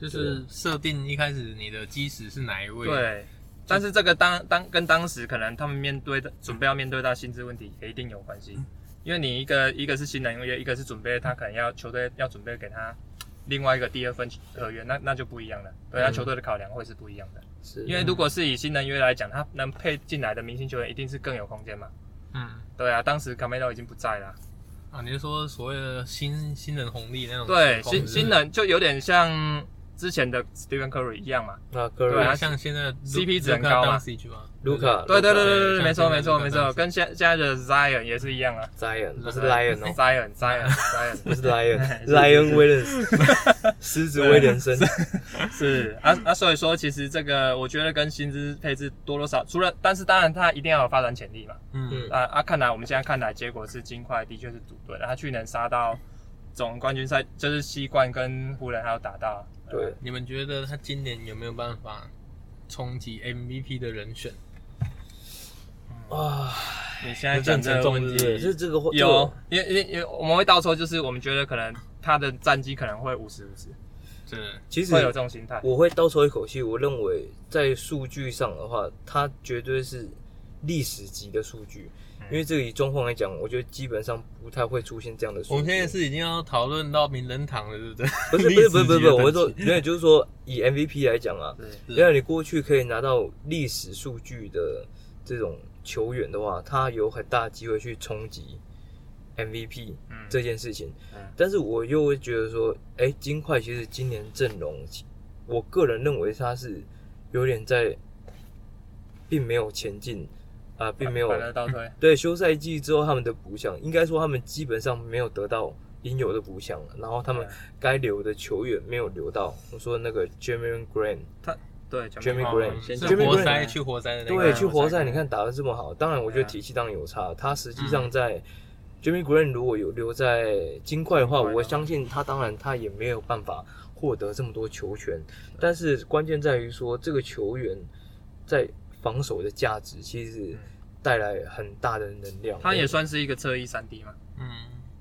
Speaker 1: 就是设定一开始你的基石是哪一位，，
Speaker 3: 对，但是这个当当跟当时可能他们面对的准备要面对到薪资问题也一定有关系，因为你一个一个是新人约，一个是准备他可能要球队要准备给他另外一个第二份合约，那那就不一样了，对，他
Speaker 2: 嗯
Speaker 3: 球队的考量会是不一样的，
Speaker 2: 是，
Speaker 3: 因为如果是以新人约来讲，他能配进来的明星球员一定是更有空间嘛，
Speaker 1: 嗯，
Speaker 3: 对啊，当时 Camelo 已经不在了，
Speaker 1: 啊，你是说所谓的新新人红利那种情况？
Speaker 3: 对，
Speaker 1: 是
Speaker 3: 新
Speaker 1: 不是
Speaker 3: 新，人就有点像之前的 Stephen Curry 一样嘛，
Speaker 2: 那个
Speaker 3: 对
Speaker 1: 对
Speaker 3: 啊
Speaker 1: 啊，
Speaker 2: 人
Speaker 1: 像现在
Speaker 3: CP 值很高啊嘛
Speaker 1: c 嘛
Speaker 2: ，Luca，
Speaker 3: 对对对
Speaker 2: Luca
Speaker 3: 对对对，
Speaker 1: 像
Speaker 3: 没错
Speaker 1: 啊现在
Speaker 3: 没错
Speaker 1: 这个当
Speaker 3: 没错，
Speaker 1: 时
Speaker 3: 跟现现在的 Zion 也是一样啊
Speaker 2: Zion，不是
Speaker 1: Zion
Speaker 2: Lion 哦，
Speaker 3: ，Zion Zion Zion
Speaker 2: 不是
Speaker 3: 哎
Speaker 2: Lion，Lion Williams，狮子威廉森，
Speaker 3: 是啊啊，所以说其实这个我觉得跟薪资配置多多少，除了但是当然他一定要有发展潜力嘛。
Speaker 1: 嗯，
Speaker 3: 啊啊，看来我们现在看来结果是金块的确是组队了，他去年杀到总冠军赛，就是西冠跟湖人还有打到。
Speaker 2: 对，
Speaker 1: 你们觉得他今年有没有办法冲击 MVP 的人选？
Speaker 2: 哇，
Speaker 3: 你现在讲这
Speaker 2: 沉
Speaker 3: 个
Speaker 2: 重
Speaker 3: 问
Speaker 2: 是不是是
Speaker 3: 题，
Speaker 2: 这个
Speaker 3: 有，因为因为因为我们会到时候就是我们觉得可能他的战绩可能会五十五十，
Speaker 1: 是，
Speaker 2: 其实
Speaker 3: 会有这种心态。
Speaker 2: 我会倒抽一口气，我认为在数据上的话，它绝对是历史级的数据，
Speaker 1: 嗯
Speaker 2: 因为这个以状况来讲，我觉得基本上不太会出现这样的数据。
Speaker 1: 我们现在是已经要讨论到名人堂了，对不对？
Speaker 2: 不是不
Speaker 1: 历
Speaker 2: 是
Speaker 1: 史
Speaker 2: 不是不是
Speaker 1: 级的
Speaker 2: 不是，我会
Speaker 1: 等
Speaker 2: 说，
Speaker 1: 级
Speaker 2: 原来就是说以 MVP 来讲啊，
Speaker 3: 对
Speaker 2: 原来你过去可以拿到历史数据的这种球员的话，他有很大机会去冲击 MVP
Speaker 3: 嗯
Speaker 2: 这件事情。
Speaker 3: 嗯
Speaker 2: 但是我又会觉得说，哎、金块其实今年阵容，我个人认为他是有点在，并没有前进啊、并没有
Speaker 3: 反而倒退。
Speaker 2: 对休赛季之后他们的补强，应该说他们基本上没有得到应有的补强，然后他们
Speaker 3: 对啊
Speaker 2: 该留的球员没有留到。我说的那个 Jeremy Grant，
Speaker 3: 对
Speaker 2: Jeremy Grant，
Speaker 3: 先
Speaker 1: 是
Speaker 2: 讲 Jeremy
Speaker 1: 活
Speaker 2: Grant
Speaker 1: 塞去活塞的那个，
Speaker 2: 对，
Speaker 3: 啊
Speaker 2: 去
Speaker 3: 我
Speaker 2: 活
Speaker 3: 猜
Speaker 2: 塞你
Speaker 3: 看
Speaker 2: 看打的这么好，当然我觉得
Speaker 3: 对啊
Speaker 2: 体系当然有差。他实
Speaker 3: 嗯
Speaker 2: 际上在 Jimmy Green 如果有留在金块的话，
Speaker 3: 金块的话
Speaker 2: 我相信他当然他也没有办法获得这么多球权，但是关键在于说这个球员在防守的价值其实带来很大的能量。
Speaker 3: 嗯他也算是一个侧翼三 D 嘛，
Speaker 1: 嗯，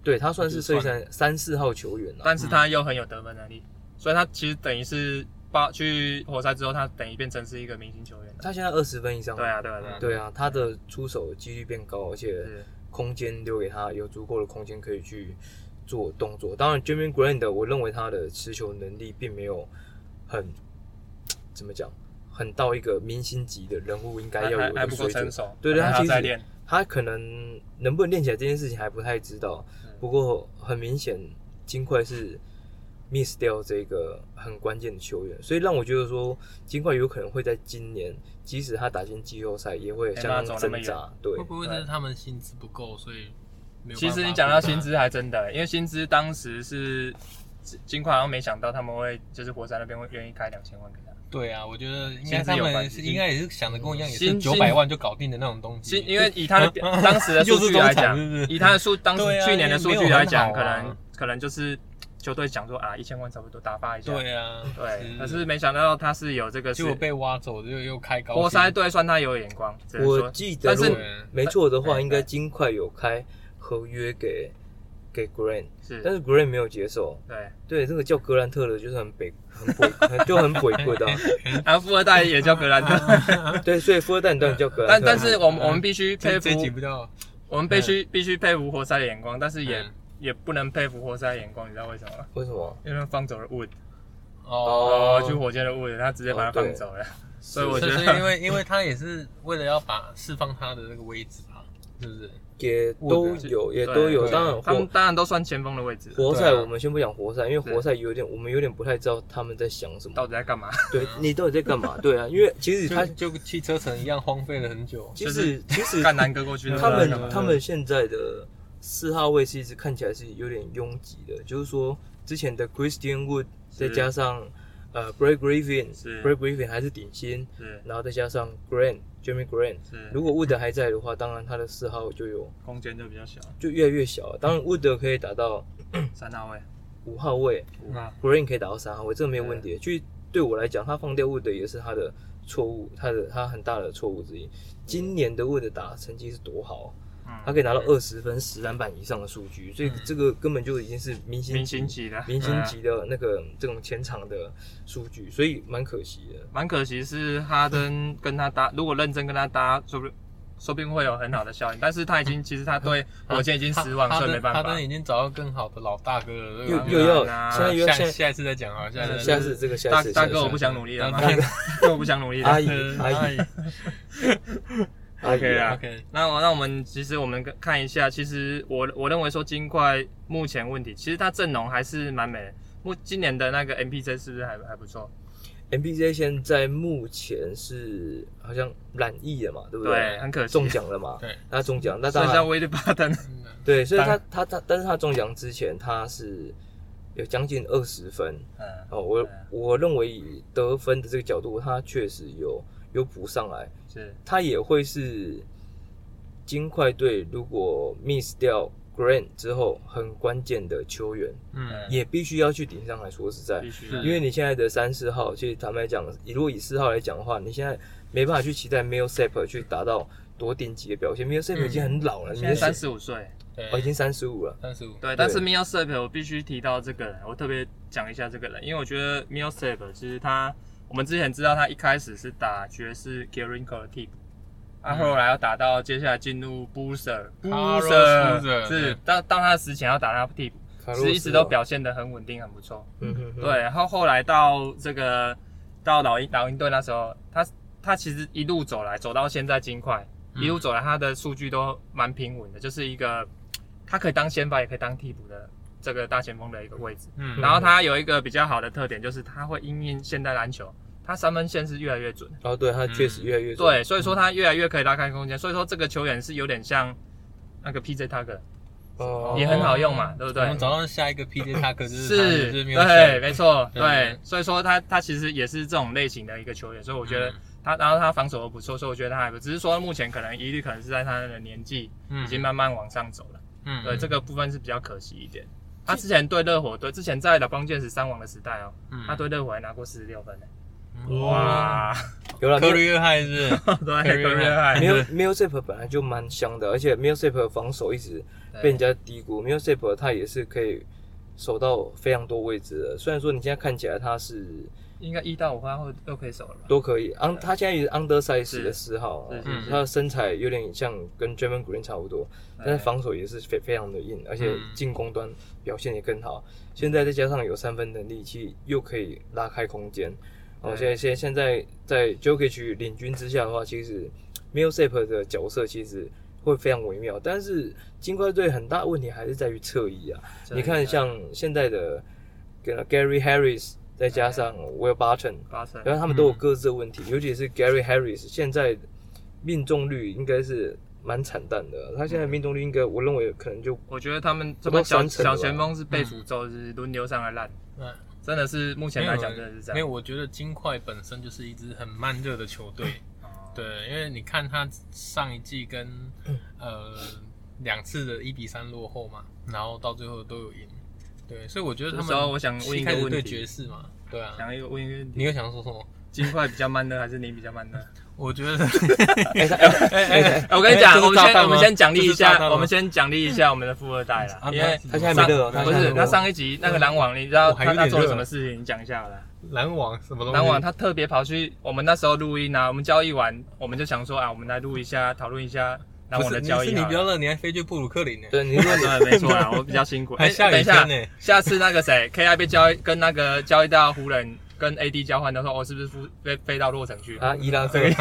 Speaker 2: 对他算是
Speaker 1: 就
Speaker 2: 射
Speaker 1: 算
Speaker 2: 三三四号球员啊，
Speaker 3: 但是他又很有得分能力，所以他其实等于是八去活塞之后，他等于变成是一个明星球员了。
Speaker 2: 他现在二十分以
Speaker 1: 嗯
Speaker 2: 上。
Speaker 3: 对啊，嗯对啊，对啊，
Speaker 2: 对啊，他的出手几率变高，而且
Speaker 1: 啊
Speaker 3: 是
Speaker 2: 空间留给他，有足够的空间可以去做动作。当然，Jimmy Green 的，我认为他的持球能力并没有很怎么讲，很到一个明星级的人物应该
Speaker 3: 还
Speaker 2: 要有
Speaker 3: 还还
Speaker 2: 的
Speaker 3: 不够
Speaker 2: 水
Speaker 3: 成
Speaker 2: 准。
Speaker 3: 熟，
Speaker 2: 对对
Speaker 3: 还
Speaker 2: 他
Speaker 3: 要
Speaker 2: 其实
Speaker 3: 再练。
Speaker 2: 他可能能不能练起来这件事情还不太知道，
Speaker 3: 嗯
Speaker 2: 不过很明显，金块是 miss 掉这个很关键的球员，所以让我觉得说，金块有可能会在今年，即使他打进季后赛，也会相当挣
Speaker 3: 没办法走
Speaker 2: 扎。对
Speaker 1: 会，不会是他们薪资不够，所以没有办
Speaker 3: 其
Speaker 1: 法
Speaker 3: 实你讲到薪资还真的，因为薪资当时是金块好像没想到他们会就是活塞那边会愿意开两千万给他，
Speaker 1: 对啊，我觉得应
Speaker 3: 薪
Speaker 1: 该
Speaker 3: 资
Speaker 1: 他
Speaker 3: 有
Speaker 1: 们
Speaker 3: 关
Speaker 1: 是
Speaker 3: 系
Speaker 1: 应该也是想的跟我一样，也是
Speaker 3: 薪
Speaker 1: 九百万就搞定的那种东西
Speaker 3: 其。因为以 他的表当时的
Speaker 1: 又
Speaker 3: 数
Speaker 1: 是
Speaker 3: 据来
Speaker 1: 中
Speaker 3: 讲
Speaker 1: 场是不是，
Speaker 3: 以他的数当时
Speaker 1: 对啊
Speaker 3: 去年的数据来讲，
Speaker 1: 也没有
Speaker 3: 可
Speaker 1: 很好啊
Speaker 3: 能可能就是球队想说啊，一千万差不多打发一下。
Speaker 1: 对啊，
Speaker 3: 对，可是没想到他是有这个
Speaker 1: 结
Speaker 3: 是
Speaker 1: 果被挖走，又又开高薪啊
Speaker 3: 活塞队算他有眼光，只能
Speaker 2: 我
Speaker 3: 说
Speaker 2: 记得如
Speaker 3: 但
Speaker 2: 果
Speaker 3: 是
Speaker 2: 没错的话，
Speaker 3: 哎
Speaker 2: 应该金块有开合约给给 Green，
Speaker 3: 是
Speaker 2: 但是 Green 没有接受。
Speaker 3: 对，
Speaker 2: 对，这个叫格兰特的，就是很北 很鬼，很就很鬼棍的啊、
Speaker 3: 然后富二代也叫格兰特，
Speaker 2: 对，所以富二代你到底叫格兰
Speaker 3: 但
Speaker 2: 特？啊
Speaker 3: 但是我们我们必须
Speaker 1: 这
Speaker 3: 佩服
Speaker 1: 这，集不到，
Speaker 3: 我们必须必须佩服活塞的眼光，但是也
Speaker 1: 嗯
Speaker 3: 也不能佩服活塞的眼光，你知道为什么吗？
Speaker 2: 为什么？
Speaker 3: 因为他放走了 Wood，
Speaker 1: 哦
Speaker 3: 哦，，去火箭的 Wood，他直接把他
Speaker 2: 哦对
Speaker 3: 放走了，所以我
Speaker 1: 是
Speaker 3: 觉
Speaker 1: 是
Speaker 3: 得
Speaker 1: 因 为因为他也是为了要把释放他的那个位置吧，是不是？
Speaker 2: 也都有，也
Speaker 3: 对
Speaker 2: 都有。
Speaker 1: 对
Speaker 2: 当然
Speaker 3: 他们
Speaker 2: 活
Speaker 3: 当然都算前锋的位置了，
Speaker 2: 活塞，
Speaker 1: 对啊
Speaker 2: 我们先不讲活塞，因为活塞有点，我们有点不太知道他们在想什
Speaker 3: 到
Speaker 2: 么。
Speaker 3: 底在干嘛？
Speaker 2: 对你到底在干嘛？对啊，因为其实他
Speaker 1: 就就跟汽车城一样荒废了很久。
Speaker 2: 其
Speaker 3: 就
Speaker 2: 实其实
Speaker 3: 干南哥过去的
Speaker 2: 他
Speaker 3: 那个
Speaker 2: 们
Speaker 3: 嘛
Speaker 2: 他们现在的四号位其实看起来是有点拥挤的，就是说之前的 Christian Wood 再
Speaker 3: 是
Speaker 2: 加上呃 Bray Griffin。
Speaker 3: 是
Speaker 2: Bray Griffin 还是顶薪，
Speaker 3: 是
Speaker 2: 然后再加上 Grant、Jeremy Grant，
Speaker 3: 是
Speaker 2: 如果 Wood 还在的话，当然他的四号就有
Speaker 3: 空间就比较小，
Speaker 2: 就越来越小了。当然 Wood 可以打到
Speaker 3: 三号位
Speaker 2: 五号位，
Speaker 3: 五号，
Speaker 2: Green 可以打到三号位，这个没有问题。去对我来讲，他放掉 Wood 也是他的错误，他的他很大的错误之一。今年的 Wood 打成绩是多好啊，他可以拿到二十分、十篮板以上的数据，所以
Speaker 3: 嗯
Speaker 2: 这个根本就已经是明星
Speaker 3: 明星级的，
Speaker 2: 明星
Speaker 3: 对啊
Speaker 2: 级的那个这种前场的数据，所以蛮可惜的。
Speaker 3: 蛮可惜是哈登跟他搭， 如果认真跟他搭，说不说不定会有很好的效应。但是他已经，其实他对火箭已经失望，
Speaker 1: 哈
Speaker 3: 所以
Speaker 1: 登
Speaker 3: 没办
Speaker 1: 哈
Speaker 3: 法
Speaker 1: 登。已经找到更好的老大哥了，对吧
Speaker 2: 又又要
Speaker 3: 当然啊
Speaker 2: 现在又要
Speaker 1: 下
Speaker 2: 现在
Speaker 1: 下一次再讲啊，下
Speaker 3: 嗯
Speaker 1: 一次
Speaker 2: 下
Speaker 1: 再
Speaker 2: 次这个下
Speaker 3: 大
Speaker 2: 次
Speaker 3: 大
Speaker 2: 下次
Speaker 3: 哥，我不想努力了，
Speaker 1: 大
Speaker 3: 大
Speaker 1: 哥
Speaker 3: 哥我不想努力
Speaker 2: 阿
Speaker 3: 了。
Speaker 2: 姨
Speaker 1: 呃
Speaker 2: 阿姨阿姨
Speaker 3: OK 啊
Speaker 1: OK，
Speaker 3: 那我那我们其实我们跟看一下，其实我我认为说金块目前问题，其实他阵容还是蛮美的。目今年的那个 MPJ 是不是还还不错？
Speaker 2: ，MPJ 现在目前是好像染疫了嘛，对不
Speaker 3: 对，很可惜。
Speaker 2: 中，奖了嘛？
Speaker 1: 对，
Speaker 2: 他中奖，那当
Speaker 3: 剩下
Speaker 2: 然
Speaker 3: 威利巴登。
Speaker 1: 嗯
Speaker 2: 对，所以他
Speaker 1: 当
Speaker 2: 他他，但是他中奖之前他是有将近二十分
Speaker 3: 嗯，
Speaker 2: 哦，我
Speaker 3: 对
Speaker 2: 我认为以得分的这个角度，他确实有有补上来，
Speaker 3: 是
Speaker 2: 他也会是金块队如果 miss 掉 Grant 之后很关键的球员，
Speaker 1: 嗯
Speaker 2: 也必须要去顶上来说实在
Speaker 3: 必，须
Speaker 1: 是
Speaker 3: 的，
Speaker 2: 因为你现在的三四号，其实坦白讲，以如果以四号来讲的话，你现在没办法去期待 m i l s a p 去达到多顶级的表现 m i l s a p
Speaker 1: 嗯
Speaker 2: 已经很老了，你
Speaker 3: 现在
Speaker 2: 是
Speaker 3: 三十五岁。
Speaker 2: 哦已
Speaker 1: 对，
Speaker 2: 经三十五了，
Speaker 1: 三十五，
Speaker 3: 对，但是 m i l s a p 我必须提到这个人，我特别讲一下这个人，因为我觉得 m i l s a p 其实他，我们之前知道他一开始是打爵士 g i r i n k o 的替补，啊，
Speaker 1: 嗯
Speaker 3: 后来要打到接下来进入 Booster
Speaker 1: Carlos Boozer，
Speaker 3: 是
Speaker 1: 对哦
Speaker 3: 到到他的时前要打他替补，
Speaker 2: 卡洛斯
Speaker 3: 是一直都，表现得很稳定，很不错。
Speaker 2: 嗯哼哼，
Speaker 3: 对，然后后来到这个到老鹰老鹰队那时候，他他其实一路走来，走到现在金块，
Speaker 1: 嗯
Speaker 3: 一路走来，他的数据都蛮平稳的，就是一个他可以当先发，也可以当替补的这个大前锋的一个位置。
Speaker 1: 嗯，
Speaker 3: 然后他有一个比较好的特点，就是他会因应现代篮球，他三分线是越来越准。
Speaker 2: 然后哦对他确实越来越准
Speaker 3: 嗯对，，所以说他越来越可以拉开空
Speaker 1: 嗯
Speaker 3: 间。所以说这个球员是有点像那个 PJ Tucker，
Speaker 2: 哦
Speaker 3: 也很好用嘛对不对
Speaker 1: 我们找到下一个 PJ 塔克就是他
Speaker 3: 是，
Speaker 1: 就是没有
Speaker 3: 对，没错，
Speaker 1: 对
Speaker 3: 对，所以说他他其实也是这种类型的一个球员，所以我觉得
Speaker 1: 嗯
Speaker 3: 他，然后他防守又不错，所以我觉得他还不，只是说目前可能疑虑可能是在他的年纪已经慢慢往上走了，
Speaker 1: 嗯
Speaker 3: 对这个部分是比较可惜一点。他之前对热火队，之前在老邦健十三王的时代哦，
Speaker 1: 嗯
Speaker 3: 他对热火还拿过四十六分呢，哇，
Speaker 2: 有了
Speaker 1: 科瑞厄害 是不是
Speaker 3: 哎对，够厉害，
Speaker 2: 没有 m i l s a p 本来就蛮香的，而且 m i l s a p 防守一直被人家低估 m i l s a p 他也是可以守到非常多位置的，虽然说你现在看起来他是
Speaker 3: 应该一到五分后都可以守了吧？
Speaker 2: 都可以。昂，他现在也是 under size
Speaker 3: 是
Speaker 2: 的四号啊
Speaker 3: 是，
Speaker 1: 是是
Speaker 2: 他的身材有点像跟 d r a m o n Green 差不多，但是防守也是非非常的硬，而且
Speaker 1: 嗯
Speaker 2: 进攻端表现也更好。现在再加上有三分能力，其实又可以拉开空间。然后现在现在现在在 Jokic 领军之下的话，其实 m i l s a p 的角色其实会非常微妙，但是金块队很大问题还是在于侧翼啊。你看像现在的呃 Gary Harris，再加上 Will Barton。
Speaker 3: 八成，
Speaker 2: 然后他们都有各自的问题，尤其是 Gary Harris 现在命中率应该是蛮惨淡的，他现在命中率应该我认为可能就
Speaker 3: 我觉得他们这
Speaker 2: 不
Speaker 3: 么
Speaker 2: 到
Speaker 3: 小
Speaker 2: 三成了
Speaker 3: 小
Speaker 2: 吧
Speaker 3: 前锋是被诅咒，就是轮流上来烂，
Speaker 1: 嗯
Speaker 3: 真的是目前来讲真的是这样。
Speaker 1: 没有，我觉得金块本身就是一支很慢热的球 队，对，因为你看他上一季跟
Speaker 3: 嗯
Speaker 1: 呃两次的一比三落后嘛，然后到最后都有赢，对，所以我觉得他
Speaker 3: 这时候
Speaker 1: 们
Speaker 3: 我想问
Speaker 1: 一
Speaker 3: 一
Speaker 1: 开
Speaker 3: 个
Speaker 1: 始对
Speaker 3: 问
Speaker 1: 爵
Speaker 3: 题，
Speaker 1: 士嘛，对啊，
Speaker 3: 想一个问一个问
Speaker 1: 你
Speaker 3: 题，
Speaker 1: 又想说什么？
Speaker 3: 金块比较慢热还是你比较慢 热？
Speaker 1: 我觉得
Speaker 2: 哎他哎
Speaker 3: 我跟你讲
Speaker 1: 哎，这是
Speaker 3: 我们
Speaker 1: 炸弹
Speaker 3: 先
Speaker 1: 吗
Speaker 3: 我们先奖励一
Speaker 1: 这是炸弹
Speaker 3: 下，
Speaker 1: 吗
Speaker 3: 我们先奖励一下我们的富二代啦
Speaker 1: 啊，
Speaker 3: 因为
Speaker 1: 他
Speaker 2: 他现在没热哦
Speaker 1: 上
Speaker 2: 他
Speaker 3: 不
Speaker 2: 现在没
Speaker 3: 是
Speaker 2: 热
Speaker 3: 他上一集那个篮网，你知
Speaker 1: 哦
Speaker 3: 道
Speaker 1: 我还
Speaker 3: 他
Speaker 1: 有点
Speaker 3: 他做了
Speaker 1: 热哦
Speaker 3: 什么事情？你讲一下好了。
Speaker 1: 篮网什么东西？
Speaker 3: 篮网他特别跑去我们那时候录音啊，我们交易完，我们就想说啊，我们来录一下，讨论一下篮
Speaker 1: 不
Speaker 3: 网
Speaker 1: 是
Speaker 3: 的
Speaker 1: 你
Speaker 3: 交易
Speaker 1: 是你
Speaker 3: 好
Speaker 1: 比较
Speaker 3: 了。啊
Speaker 1: 热，你还飞去布鲁克林呢，
Speaker 2: 对，你说你
Speaker 3: 对，没 错啦，我比较辛苦。
Speaker 1: 还
Speaker 3: 哎，
Speaker 1: 下
Speaker 3: 等
Speaker 1: 雨
Speaker 3: 一下
Speaker 1: 天，呢，
Speaker 3: 下次那个谁 K I 被交易跟那个交易到湖人跟 A D 交换的时候，哦我、是不是飞飞飞到洛城去？
Speaker 2: 啊伊 拉克，
Speaker 1: 对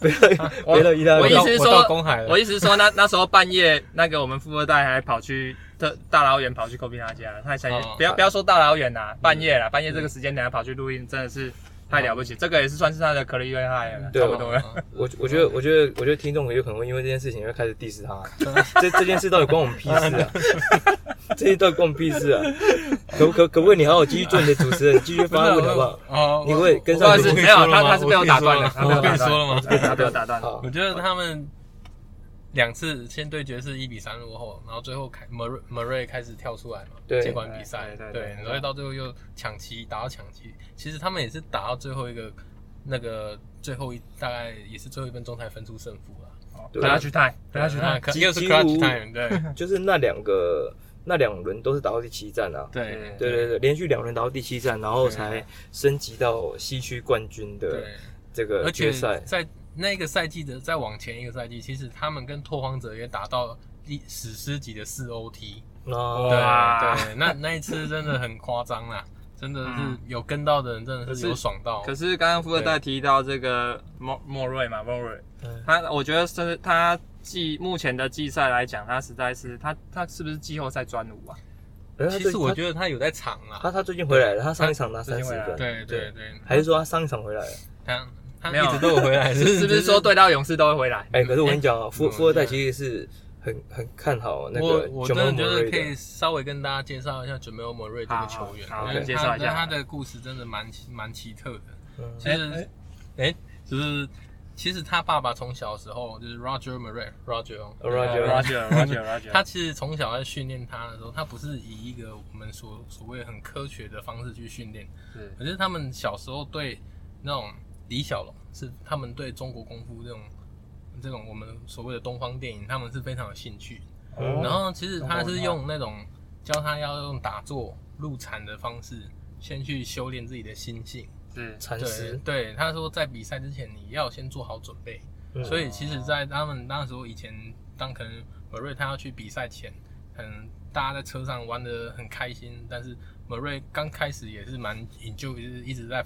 Speaker 2: 别了伊拉
Speaker 3: 我
Speaker 1: 我
Speaker 3: 意
Speaker 1: 到
Speaker 2: 克，
Speaker 3: 思是
Speaker 1: 我
Speaker 3: 说
Speaker 1: 到公海了
Speaker 3: 我，意思是说那，那时候半夜，那个我们富二代还跑去特大老远跑去 Kobe 他家，太想、
Speaker 1: 哦嗯
Speaker 3: 不要不要说大老远啦，半夜啦，半夜这个时间点还跑去录音，真的是太了
Speaker 1: 哦
Speaker 3: 不起。这个也是算是他的 career high 了，
Speaker 2: 对
Speaker 3: 差
Speaker 2: 啊
Speaker 3: 不多了。
Speaker 1: 嗯
Speaker 2: 我我觉得我觉得我觉得听众有可能会因为这件事情会开始 diss 他，这这件事到底关我们 屁事啊？这件到底关我们屁事啊？可不可可不可以你好好继续做你的主持人，继续发问好不好？
Speaker 1: 哦，
Speaker 2: 你会跟
Speaker 1: 我
Speaker 3: 不好
Speaker 2: 上
Speaker 3: 意
Speaker 2: 次
Speaker 1: 我
Speaker 3: 思，没有
Speaker 1: 我可以说了
Speaker 3: 他，
Speaker 1: 吗
Speaker 3: 他是被我打断了，
Speaker 1: 我
Speaker 3: 他
Speaker 1: 可
Speaker 3: 被
Speaker 1: 以
Speaker 3: 我
Speaker 1: 说了
Speaker 3: 打
Speaker 1: 吗哦
Speaker 2: 啊
Speaker 3: 断
Speaker 1: 我可以说了吗？
Speaker 3: 他被我打断了。
Speaker 2: 好
Speaker 1: 我觉得他们两次先对决是一比三落后，然后最后开 Murray Murray 开始跳出来嘛，
Speaker 2: 对
Speaker 1: 接管比赛，
Speaker 3: 对对对对
Speaker 1: 所以到最后又抢七打到抢七，其实他们也是打到最后一个那个最后一大概也是最后一分钟才分出胜负了。
Speaker 2: 对
Speaker 3: 不哦要去太，不要去
Speaker 1: 那
Speaker 3: 太，
Speaker 1: 可
Speaker 2: 几
Speaker 1: 又是
Speaker 2: 几
Speaker 1: clutch
Speaker 2: 乎
Speaker 1: time，对
Speaker 2: 啊就是那两个那两轮都是打到第七站啊。
Speaker 1: 对
Speaker 2: 对对对，连续两轮打到第七站，然后
Speaker 1: 对
Speaker 2: 才升级到西区冠军的
Speaker 1: 对，
Speaker 2: 这个
Speaker 1: 而且
Speaker 2: 决赛。
Speaker 1: 在那个赛季的再往前一个赛季，其实他们跟拓荒者也打到历史诗级的四 OT，
Speaker 2: 那
Speaker 3: 哇
Speaker 1: 对对，那那一次真的很夸张啦， 真的是
Speaker 3: 嗯
Speaker 1: 有跟到的人真的
Speaker 3: 可
Speaker 1: 是
Speaker 3: 是
Speaker 1: 有爽到，
Speaker 3: 可是刚刚富二代提到这个莫莫瑞嘛，莫瑞
Speaker 2: 嗯，
Speaker 3: 他我觉得是他季目前的季赛来讲，他实在是他他是不是季后赛专武啊？
Speaker 2: 可是哎他
Speaker 1: 其实
Speaker 2: 最
Speaker 1: 我
Speaker 2: 他
Speaker 1: 觉得他有在场啦，
Speaker 2: 他他最近回来了，他上一场拿
Speaker 3: 最
Speaker 2: 三十
Speaker 3: 近回来
Speaker 2: 分，
Speaker 1: 对对对，
Speaker 2: 还是说他上一场回来了？
Speaker 1: 他他
Speaker 3: 没有
Speaker 1: 一直都有回来，只
Speaker 3: 是不是说？对到勇士都会回来？
Speaker 2: 哎，可是我跟你讲啊，富
Speaker 1: 嗯
Speaker 2: 富二代其实是很很看好那
Speaker 1: 我
Speaker 2: 个
Speaker 1: 我
Speaker 2: 九
Speaker 1: 真
Speaker 2: 毛
Speaker 1: 的
Speaker 2: 姆
Speaker 1: 觉得
Speaker 2: 瑞
Speaker 1: 可以
Speaker 2: 的。
Speaker 1: 稍微跟大家介绍一下准梅欧莫瑞这
Speaker 3: 好
Speaker 1: 个
Speaker 3: 好
Speaker 1: 球员，
Speaker 3: 好
Speaker 1: 因为
Speaker 2: 介
Speaker 1: 他
Speaker 3: 绍一下
Speaker 1: 跟他的故事真的蛮奇蛮奇特的。
Speaker 2: 嗯
Speaker 1: 其实，哎，就是其实他爸爸从小时候就是 Roger Murray，Roger 哦
Speaker 2: Roger
Speaker 3: Roger Roger Roger，
Speaker 1: 他其实从小在训练他的时候，他不是以一个我们所所谓很科学的方式去训练，
Speaker 3: 是
Speaker 1: 可是他们小时候对那种李小龙是他们对中国功夫这种这种我们所谓的东方电影，他们是非常有兴趣。
Speaker 2: 嗯
Speaker 1: 然后其实他是
Speaker 3: 中国
Speaker 1: 用那种教他要用打坐入禅的方式，先去修炼自己的心性。
Speaker 3: 是
Speaker 2: 禅
Speaker 1: 对
Speaker 2: 师，
Speaker 1: 对，他说在比赛之前你要先做好准备。
Speaker 2: 嗯
Speaker 1: 所以其实，在他们那时候以前，当可能美瑞他要去比赛前，嗯，大家在车上玩的很开心，但是美瑞刚开始也是蛮 enjoy，就是一直在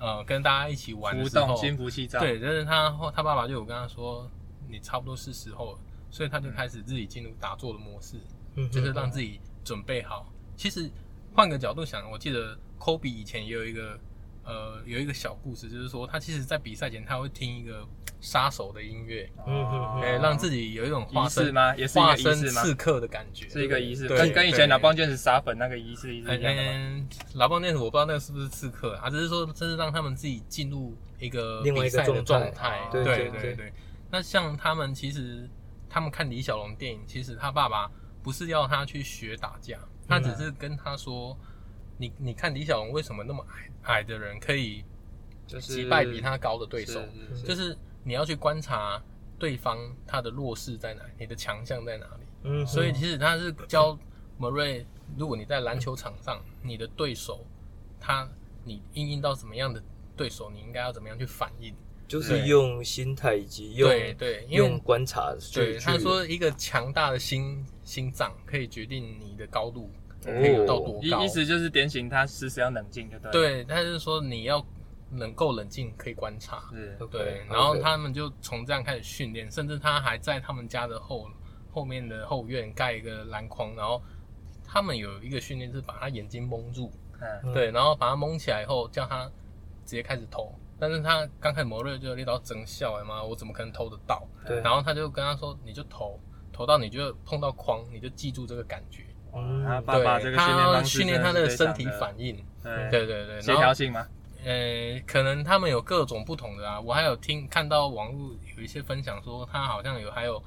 Speaker 1: 呃跟大家一起玩的
Speaker 3: 浮
Speaker 1: 时候
Speaker 3: 动，心浮气躁，
Speaker 1: 对，但是他后他爸爸就有跟他说，你差不多是时候了，所以他就开始自己进入打坐的模式，
Speaker 2: 嗯
Speaker 1: 就是让自己准备好。其实换个角度想，我记得科比以前也有一个呃有一个小故事，就是说他其实在比赛前他会听一个杀手的音乐，
Speaker 3: 哦，
Speaker 2: 嗯嗯嗯
Speaker 1: 哎、让自己有一种化
Speaker 3: 仪式
Speaker 1: 身
Speaker 3: 吗？也是一
Speaker 1: 化
Speaker 3: 个仪
Speaker 1: 身
Speaker 3: 式吗？
Speaker 1: 刺客的感觉。
Speaker 3: 是一个仪式，
Speaker 1: 对
Speaker 3: 跟跟以前
Speaker 1: 对
Speaker 3: 拿棒卷子撒粉那个仪式仪式一样的吗。
Speaker 1: 嗯，老棒电子我不知道那个是不是刺客啊，只是说这是让他们自己进入一个
Speaker 2: 另外
Speaker 1: 比
Speaker 2: 一个
Speaker 1: 赛的状
Speaker 2: 状态
Speaker 1: 态。
Speaker 3: 对
Speaker 1: 对
Speaker 2: 对
Speaker 1: 对
Speaker 2: 对
Speaker 1: 对。那像他们其实他们看李小龙电影，其实他爸爸不是要他去学打架，他只是跟他说，你你看李小龙为什么那么矮矮的人可以
Speaker 3: 就是
Speaker 1: 击败比他高的对手，
Speaker 3: 是是
Speaker 1: 就是是你要去观察对方他的弱势在哪，你的强项在哪里。
Speaker 2: 嗯，
Speaker 1: 所以其实他是教莫瑞，如果你在篮球场上，你的对手他你应应到什么样的对手，你应该要怎么样去反应。
Speaker 2: 就是
Speaker 1: 对
Speaker 2: 用心态以及用
Speaker 1: 对对，因
Speaker 2: 用
Speaker 1: 为
Speaker 2: 观察去
Speaker 1: 对
Speaker 2: 去
Speaker 1: 他说一个强大的心心脏可以决定你的高度
Speaker 2: 哦
Speaker 1: 可以有到多高
Speaker 3: 意意。思就是点醒他时时要冷静，就对。，
Speaker 1: 对，他就是说你要能够冷静，可以观
Speaker 2: 嗯
Speaker 1: 察。
Speaker 3: 是
Speaker 2: OK，
Speaker 1: 对，
Speaker 2: OK
Speaker 1: 然后他们就从这样开始训练，甚至他还在他们家的后后面的后院盖一个篮筐，然后他们有一个训练是把他眼睛蒙住，
Speaker 3: 嗯，
Speaker 2: 嗯
Speaker 1: 对，然后把他蒙起来以后，叫他直接开始投。但是他刚开始摩瑞就练到真笑哎妈，我怎么可能投得到？
Speaker 2: 对，
Speaker 1: 然后他就跟他说，你就投，投到你就碰到框，你就记住这个感觉。
Speaker 2: 嗯
Speaker 3: 他爸爸这
Speaker 1: 对，
Speaker 3: 个训练
Speaker 1: 他
Speaker 3: 方式
Speaker 1: 训练他
Speaker 3: 真
Speaker 1: 的
Speaker 3: 是非
Speaker 1: 身
Speaker 3: 常
Speaker 1: 体
Speaker 3: 的
Speaker 1: 反应，
Speaker 3: 对
Speaker 1: 对对对，
Speaker 3: 协
Speaker 1: 然后
Speaker 3: 调性吗？
Speaker 1: 呃，可能他们有各种不同的啊。我还有听看到网络有一些分享说，他好像有还有，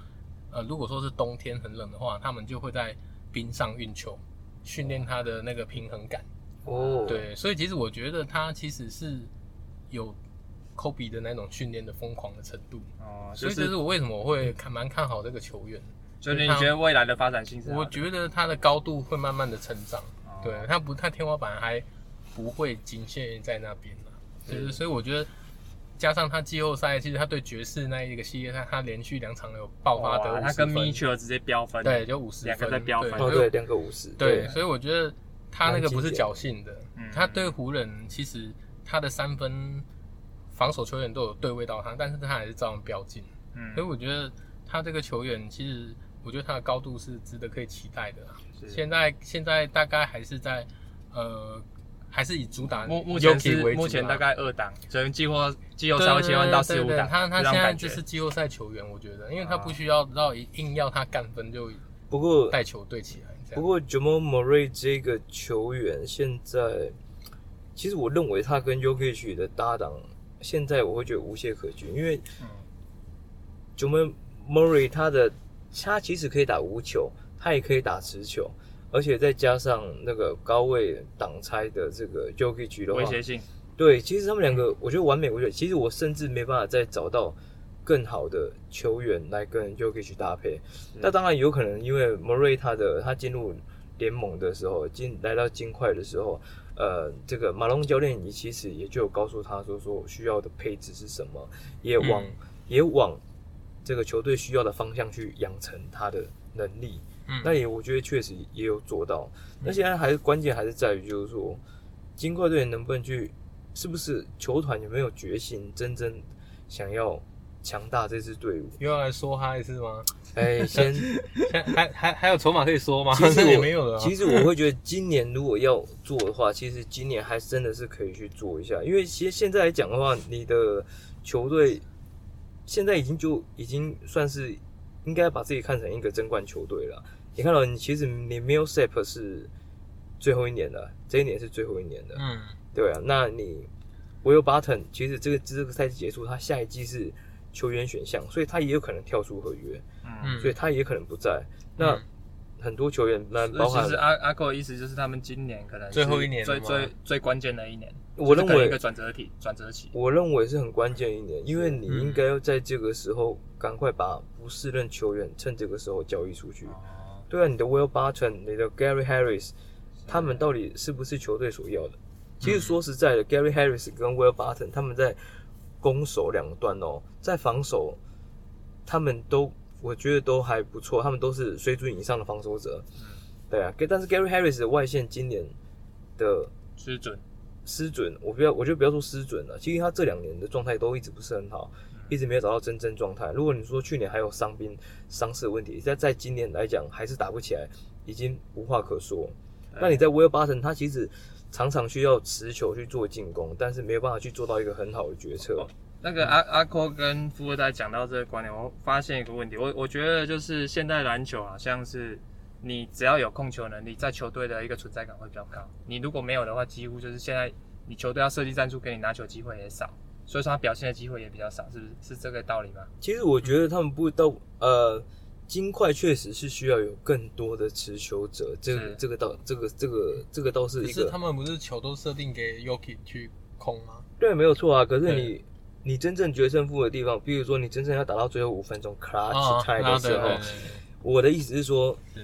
Speaker 1: 呃，如果说是冬天很冷的话，他们就会在冰上运球，训练他的那个平衡感。
Speaker 2: 哦，
Speaker 1: 对，所以其实我觉得他其实是有科比的那种训练的疯狂的程度。
Speaker 3: 哦，
Speaker 1: 所
Speaker 3: 就
Speaker 1: 以这
Speaker 3: 是
Speaker 1: 是我为什么我会看蛮看好这个球员。
Speaker 3: 就是你觉得未来的发展性是好的？啊
Speaker 1: 我觉得他的高度会慢慢的成长，
Speaker 3: 哦
Speaker 1: 对他不，他天花板还不会仅限于在那边啦。啊就是所以我觉得，加上他季后赛，其实他对爵士那一个系列赛，他连续两场有爆发得
Speaker 3: 哇
Speaker 1: 50
Speaker 3: 他跟
Speaker 1: 分
Speaker 3: Mitchell 直接飙分，
Speaker 1: 对，就五十
Speaker 3: 两个
Speaker 1: 分，
Speaker 3: 在飙分
Speaker 2: 哦对，两个五十，
Speaker 1: 对，所以我觉得他那个不是侥幸的
Speaker 3: 嗯，
Speaker 1: 他对湖人其实他的三分防守球员都有对位到他，但是他还是照样飙进。
Speaker 3: 嗯，
Speaker 1: 所以我觉得他这个球员，其实我觉得他的高度是值得可以期待的啊。
Speaker 3: 是
Speaker 1: 现在现在大概还是在呃，还是以主打
Speaker 3: 目目
Speaker 1: Yuki
Speaker 3: 前是
Speaker 1: 为主啊
Speaker 3: 目前大概二档，所以季后季后
Speaker 1: 对
Speaker 3: 赛会切换到四
Speaker 1: 对
Speaker 3: 五
Speaker 1: 对对
Speaker 3: 档，
Speaker 1: 他他
Speaker 3: 这种
Speaker 1: 现在
Speaker 3: 感
Speaker 1: 就
Speaker 3: 觉
Speaker 1: 是季后赛球员，我觉得，因为他不需要到硬要他干分就
Speaker 2: 不过
Speaker 1: 带球队起来这
Speaker 2: 不
Speaker 1: 样。
Speaker 2: 过 Jamal Murray 这个球员现在，其实我认为他跟 Yokich 的搭档，现在我会觉得无懈可击，因为
Speaker 3: 嗯
Speaker 2: Jamal Murray 他的他其实可以打无球，他也可以打持球，而且再加上那个高位挡拆的这个 Jokic
Speaker 1: 啊
Speaker 2: 的
Speaker 3: 威
Speaker 2: 话，
Speaker 3: 胁性，
Speaker 2: 对，其实他们两个我觉得完美无缺。其实我甚至没办法再找到更好的球员来跟 Jokic 搭配。
Speaker 1: 嗯
Speaker 2: 那当然有可能，因为 Murray 他的他进入联盟的时候，进来到金块的时候，呃，这个马龙教练也其实也就有告诉他说，说我需要的配置是什么，也往、
Speaker 1: 嗯
Speaker 2: 也往这个球队需要的方向去养成他的能力。
Speaker 1: 嗯
Speaker 2: 那也我觉得确实也有做到。那现在还是关键还是在于就是说，金块队能不能去，是不是球团有没有决心真正想要强大这支 队伍？
Speaker 1: 又要来说他一次吗？
Speaker 2: 哎， 先。
Speaker 1: 还还还还有筹码可以说吗？
Speaker 2: 其实
Speaker 1: 那
Speaker 2: 我
Speaker 1: 也没有了啊、
Speaker 2: 其实我会觉得今年如果要做的话，其实今年还真的是可以去做一下，因为其实现在来讲的话，你的球队现在已经就已经算是应该把自己看成一个争冠球队了。你看到哦你其实你没有 SEP 是最后一年了，这一年是最后一年的，
Speaker 1: 嗯，
Speaker 2: 对啊，那你我有 Button，其实这个这个赛季结束，他下一季是球员选项，所以他也有可能跳出合约，
Speaker 3: 嗯，
Speaker 2: 所以他也可能不在。那
Speaker 1: 嗯
Speaker 2: 很多球员，那包
Speaker 3: 那
Speaker 2: 含
Speaker 3: 其实阿阿寇的意思就是他们今年可能是
Speaker 1: 最后一年了
Speaker 3: 最
Speaker 1: 吗
Speaker 3: 最最关键的一年，
Speaker 2: 我
Speaker 3: 就是
Speaker 2: 认
Speaker 3: 可能一
Speaker 2: 为
Speaker 3: 个转折体转折期，
Speaker 2: 我认为是很关键一年，因为你
Speaker 1: 嗯
Speaker 2: 应该要在这个时候赶快把不适任球员趁这个时候交易出去。
Speaker 3: 哦
Speaker 2: 对啊，你的 Will Barton，你的 Gary Harris，他们到底是不是球队所要的？其实说实在的，Gary Harris 跟 Will Barton 他们在攻守两端哦，在防守他们都我觉得都还不错，他们都是水准以上的防守者。对啊，但是 Gary Harris 的外线今年的
Speaker 3: 失准，
Speaker 2: 失准，我不要，我就不要说失准了。其实他这两年的状态都一直不是很好，一直没有找到真正状态。如果你说去年还有伤兵、伤势的问题，在在今年来讲还是打不起来，已经无话可说。那你在威尔巴神，他其实常常需要持球去做进攻，但是没有办法去做到一个很好的决策
Speaker 3: 哦。那个阿阿扣跟富二代讲到这个观点，我发现一个问题，我我觉得就是现代篮球好像是你只要有控球能力，在球队的一个存在感会比较高。你如果没有的话，几乎就是现在你球队要设计战术给你拿球机会也少，所以说他表现的机会也比较少，是不是？是这个道理吗？
Speaker 2: 其实我觉得他们不到呃，金块确实是需要有更多的持球者，这个
Speaker 3: 是
Speaker 2: 这个倒这个这个这个倒是
Speaker 1: 可
Speaker 2: 一
Speaker 1: 是
Speaker 2: 个
Speaker 1: 他们不是球都设定给 Yuki 去控吗？
Speaker 2: 对，没有错啊。可是
Speaker 1: 对
Speaker 2: 你你真正决胜负的地方，比如说你真正要打到最后五分钟 clutch
Speaker 1: 对
Speaker 2: time 啊的
Speaker 1: 啊对
Speaker 2: 时
Speaker 1: 对
Speaker 2: 候，
Speaker 1: 对，对
Speaker 2: 我的意思是说，
Speaker 1: 是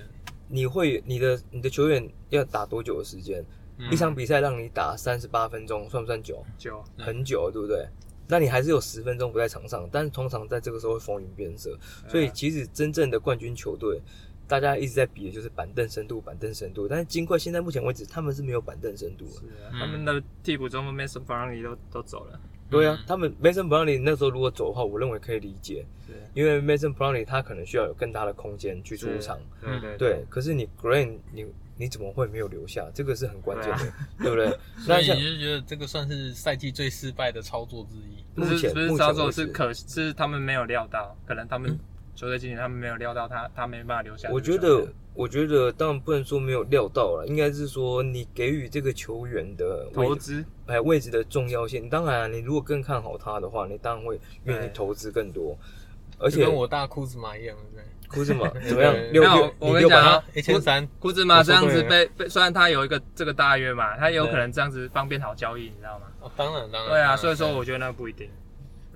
Speaker 2: 你会你的你的球员要打多久的时间？
Speaker 1: 嗯
Speaker 2: 一场比赛让你打三十八分钟，算不算久？
Speaker 3: 就
Speaker 1: 嗯
Speaker 2: 很久，对不对？那你还是有十分钟不在场上，但是通常在这个时候会风云变色。
Speaker 1: 嗯
Speaker 2: 所
Speaker 3: 啊
Speaker 2: 以其实真正的冠军球队，大家一直在比的就是板凳深度，板凳深度。但是金块现在目前为止，他们是没有板凳深度的。
Speaker 3: 是啊
Speaker 1: 嗯
Speaker 3: 他们的替补中锋 Mason Brownlee 都都走了，
Speaker 2: 对啊
Speaker 1: 嗯，
Speaker 2: 他们 Mason Brownlee 那时候如果走的话，我认为可以理解。
Speaker 3: 是
Speaker 2: 因为 Mason Brownlee 他可能需要有更大的空间去出
Speaker 3: 是
Speaker 2: 场，
Speaker 3: 对对
Speaker 2: 对。可是你 Green，你你怎么会没有留下？这个是很关键
Speaker 3: 啊
Speaker 2: 的， 对不对？
Speaker 1: 嗯所
Speaker 2: 那
Speaker 1: 以
Speaker 2: 像
Speaker 1: 你就觉得这个算是赛季最失败的操作之一。
Speaker 3: 不
Speaker 2: 目
Speaker 3: 是
Speaker 2: 前
Speaker 3: 不是
Speaker 2: 目
Speaker 3: 操
Speaker 2: 前
Speaker 3: 作
Speaker 2: 为
Speaker 3: 是
Speaker 2: 止，嗯
Speaker 3: 可是他们没有料到，可能他们球队经理他们没有料到他他没办法留下这
Speaker 2: 我
Speaker 3: 个球
Speaker 2: 觉
Speaker 3: 员。
Speaker 2: 得我觉得当然不能说没有料到了，应该是说你给予这个球员的
Speaker 3: 投
Speaker 2: 位置
Speaker 3: 资
Speaker 2: 哎位置的重要性。当然啊、你如果更看好他的话，你当然会愿意
Speaker 3: 对
Speaker 2: 投资更多。而
Speaker 1: 就
Speaker 2: 且
Speaker 1: 跟我大裤子马一样，对不对？
Speaker 2: 库兹马 怎么样？
Speaker 1: 对
Speaker 2: 六
Speaker 3: 没有
Speaker 2: 六
Speaker 3: 我
Speaker 2: 你
Speaker 3: 跟
Speaker 2: 六百
Speaker 3: 你讲啊
Speaker 2: 他，
Speaker 1: 一千三，
Speaker 3: 库兹马这样子
Speaker 1: 我说
Speaker 3: 被被，虽然他有一个这个大约嘛，他也有
Speaker 2: 对
Speaker 3: 可能这样子方便好交易，你知道吗？
Speaker 1: 哦，当然当然。
Speaker 3: 对
Speaker 1: 当
Speaker 3: 啊，
Speaker 1: 然
Speaker 3: 所以说我觉得那不一定。